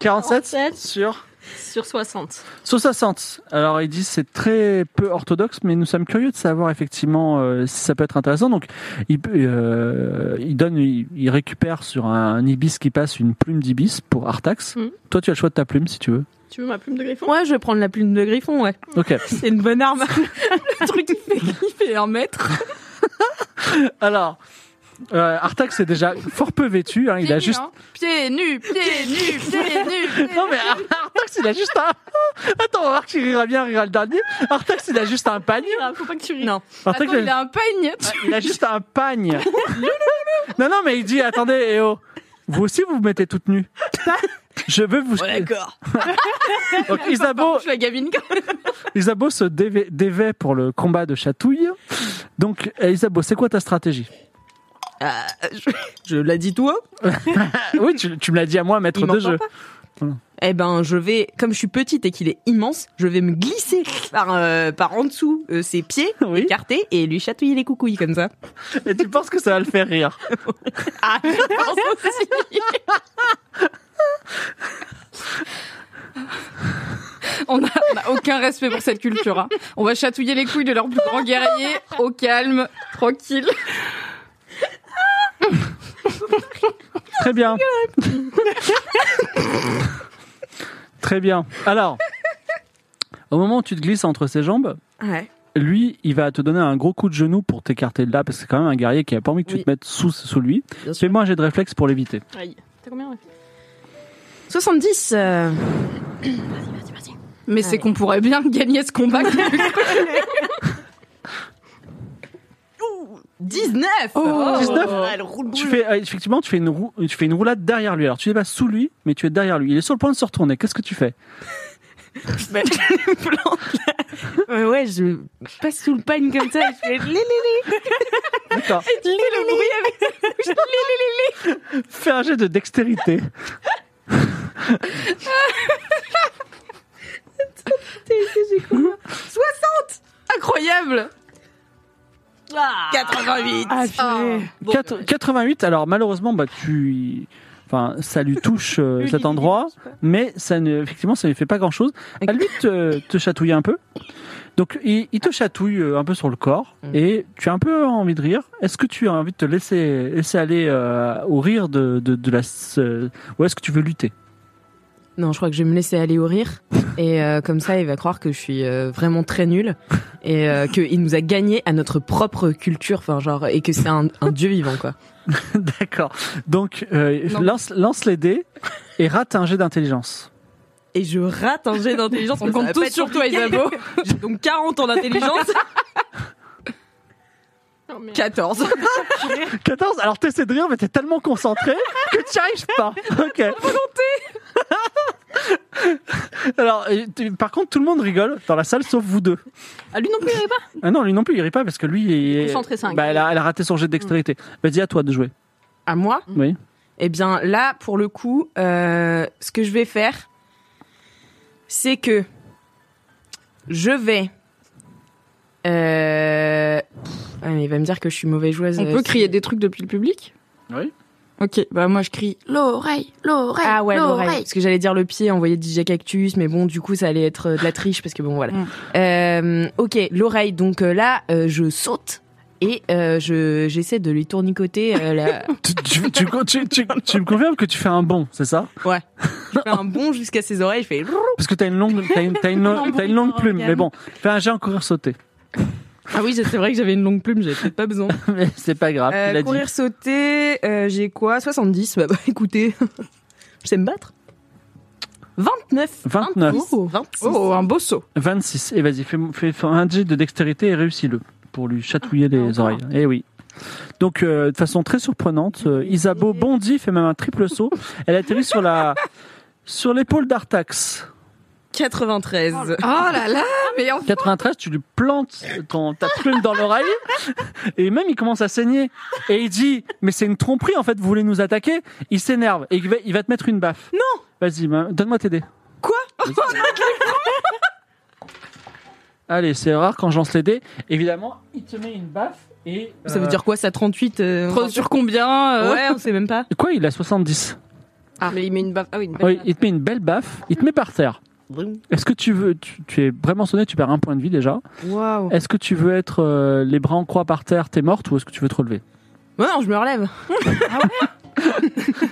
47 sur. Sur 60. Sur 60. Alors il dit c'est très peu orthodoxe, mais nous sommes curieux de savoir effectivement euh, si ça peut être intéressant. Donc il, peut- euh, il donne, il, il récupère sur un, ibis qui passe une plume d'ibis pour Artax. Mhm. Toi tu as le choix de ta plume si tu veux. Tu veux ma plume de griffon Ouais, je vais prendre la plume de griffon, ouais. Mm. Ok. C'est une bonne arme. Le truc, il fait, il fait un Ah, mètre. Alors, euh, Artax est déjà fort peu vêtu. hein, il a Pieds nus, juste. hein. Pieds nus, pieds nus, pieds nus. Non mais Ar- Artax il a juste un. Attends, on va voir qui rira bien, rira le dernier. Artax il a juste un pagne. Faut pas que tu ris. Non. Artax Attends, il a un peigne. il a juste un pagne. Non non mais il dit attendez, eh oh, vous aussi vous vous mettez toute nue. Je veux vous. D'accord. Donc, Isabeau, Je la gamine, quand Isabeau se dévait, dévait pour le combat de chatouille. Donc eh, Isabeau, c'est quoi ta stratégie Euh, je je l'ai dit toi Oui, tu, tu me l'as dit à moi, maître Il de m'entend jeu. pas Voilà. Eh ben, je vais, comme je suis petite et qu'il est immense, je vais me glisser par, euh, par en dessous euh, ses pieds, Oui. écartés, et lui chatouiller les coucouilles comme ça. Et tu penses que ça va le faire rire Ah, On n'a aucun respect pour cette culture. hein. On va chatouiller les couilles de leurs plus grands guerriers au calme, tranquille. Très bien. Très bien. Alors, au moment où tu te glisses entre ses jambes, ouais. lui, il va te donner un gros coup de genou pour t'écarter de là, parce que c'est quand même un guerrier qui a pas envie que tu Oui. te mettes sous, sous lui. Bien sûr. Fais-moi un jet de réflexe pour l'éviter. Aïe. T'as combien 70. euh, Mais c'est qu'on pourrait bien gagner ce combat. 19 Oh. Oh. 19. Elle roule Tu fais, euh, effectivement, tu fais, une roue- tu fais une roulade derrière lui. Alors, tu n'es pas sous lui, mais tu es derrière lui. Il est sur le point de se retourner. Qu'est-ce que tu fais Ben, je me plante là. Ouais, ouais, je passe sous le pagne comme ça et je fais lili, D'accord. le bruit avec Fais un jet de dextérité. Incroyable 88. Ah, purée. Quatre- 88, alors malheureusement, bah, tu... enfin, ça lui touche euh, cet endroit, mais ça ne... effectivement, ça ne lui fait pas grand-chose. À lui te, te chatouille un peu. Donc, il, il te chatouille euh, un peu sur le corps, et tu as un peu envie de rire. Est-ce que tu as envie de te laisser, laisser aller euh, au rire de, de, de la... ce- Ou est-ce que tu veux lutter Non, je crois que je vais me laisser aller au rire et euh, comme ça il va croire que je suis euh, vraiment très nulle et euh, qu'il nous a gagné à notre propre culture enfin genre et que c'est un, un dieu vivant quoi. D'accord. Donc, euh, Non. lance, lance les dés et rate un jet d'intelligence. Et je rate un jet d'intelligence. On compte tous sur toi, Isabeau. J'ai donc 40 en intelligence. 14. 14 Alors, t'essaies de rire, mais t'es tellement concentré que tu n'y arrives pas. Ok. Alors, et tu- par contre, tout le monde rigole dans la salle sauf vous deux. Ah, lui non plus, il avait pas. Ah non, lui non plus, il rit pas parce que lui, il est. Concentré cinq. Mm. Bah, elle, a, elle a raté son jet de dextérité. Vas-y, à toi de jouer. À moi Mm. Oui. Eh bien, là, pour le coup, euh, ce que je vais faire, c'est que je vais. Euh... pff, ah, mais il va me dire que je suis mauvaise joueuse. On euh, peut si- crier des trucs depuis le public Oui. Ok, bah moi je crie l'oreille, l'oreille. Ah ouais, l'oreille. l'oreille. Parce que j'allais dire le pied, envoyer DJ Cactus, mais bon, du coup, ça allait être euh, de la triche, parce que bon, voilà. Mm. Euh, ok, l'oreille. Donc euh, là, euh, je saute et euh, je j'essaie de lui tournicoter euh, la- Tu, tu- tu- tu- tu- tu me confirmes que tu fais un bond, c'est ça je fais un bond jusqu'à ses oreilles, je fais... Parce que t'as une longue, t'as une, t'as une, Non, t'as une longue bon, plume. Morgane. Mais bon, fais un jet en courir sauter. Ah oui, c'est vrai que j'avais une longue plume, j'avais peut-être pas besoin. Mais c'est pas grave, Euh, il a dit. courir, sauter, euh, j'ai quoi 70 Bah, bah, écoutez, je sais me battre. 29 29. 26, 26. Oh, un beau saut. 26. Et vas-y, fais, fais- fais un jet de dextérité et réussis-le pour lui chatouiller Ah, les oreilles. Et oui. Donc, euh, de façon très surprenante, euh, Isabeau bondit, fait même un triple saut. Elle atterrit sur la sur l'épaule d'Artax. 93. Oh là là, mais en 93, tu lui plantes ton, ta plume dans l'oreille et même il commence à saigner. Et il dit Mais c'est une tromperie en fait, vous voulez nous attaquer Il s'énerve et il va, il va te mettre une baffe. Non Vas-y, ma- donne-moi Oh, t'aider. Quoi Allez, c'est rare quand j'en les dés. Évidemment, il te met une baffe et. Ça veut euh, dire quoi ça 38 euh, Trop sur combien euh, Ouais, on sait même pas. Quoi Il a 70. Ah, mais il met une baffe. Ah oui, une baffe. Oui, il te met une belle baffe, il te met par terre. Est-ce que tu veux. Tu, tu es vraiment sonné, tu perds un point de vie déjà. Waouh. Est-ce que tu veux être euh, les bras en croix par terre, t'es morte ou est-ce que tu veux te relever Ah Ouais, non, je me relève.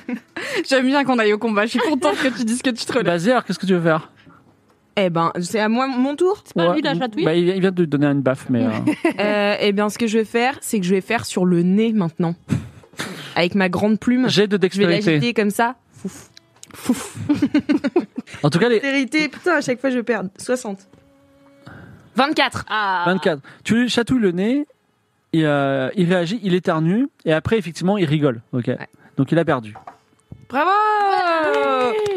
J'aime bien qu'on aille au combat. Je suis contente que tu dises que tu te relèves. Vas-y, alors qu'est-ce que tu veux faire Eh ben, c'est à moi mon tour. C'est pas Ah, lui la chatouille Bah, il vient- il vient de te donner une baffe, mais. euh, Euh, eh bien, ce que je vais faire, c'est que je vais faire sur le nez maintenant. Avec ma grande plume, J'ai de je vais dextérité. l'agiter comme ça. En tout cas, les Dextérité, putain, à chaque fois je perds. 60. 24. Ah. 24. Tu lui chatouilles le nez, et, euh, il réagit, il éternue, et après, effectivement, il rigole. Ok. Donc, il a perdu. Bravo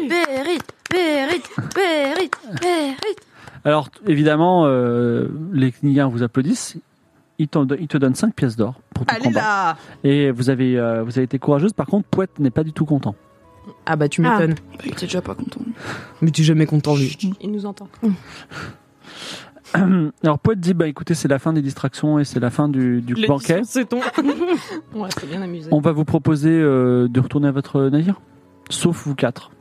Périte, périte, périte, périte. Alors, t- évidemment, euh, les Kniens vous applaudissent. Ils, t'en don- ils te donnent 5 pièces d'or pour ton Allez combat. là Et vous avez, euh, vous avez été courageuse. Par contre, Poète n'est pas du tout content. Ah bah tu m'étonnes. Bah, Il était déjà pas content. Mais tu es jamais content lui. Il nous entend. Alors, Poète dit Bah écoutez, c'est la fin des distractions et c'est la fin du, du banquet. C'est ton. On reste bien amusé. On va vous proposer euh, de retourner à votre navire. Sauf vous quatre.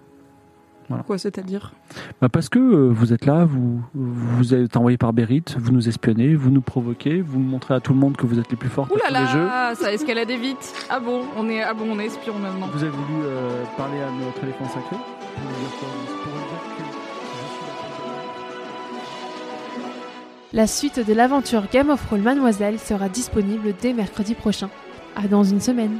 Quoi, c'est-à-dire Bah parce que euh, vous êtes là, vous, vous êtes envoyé par Berit, vous nous espionnez, vous nous provoquez, vous montrez à tout le monde que vous êtes les plus forts Ouh là sur les jeux. là, ça a escaladé vite. Ah bon, on est, ah bon, on est espion maintenant. Vous avez voulu euh, parler à notre éléphant sacré pour lui dire quoi Pour lui dire que je suis la plus belle. La suite de l'aventure Game of Roll Mademoiselle sera disponible dès mercredi prochain. À dans une semaine.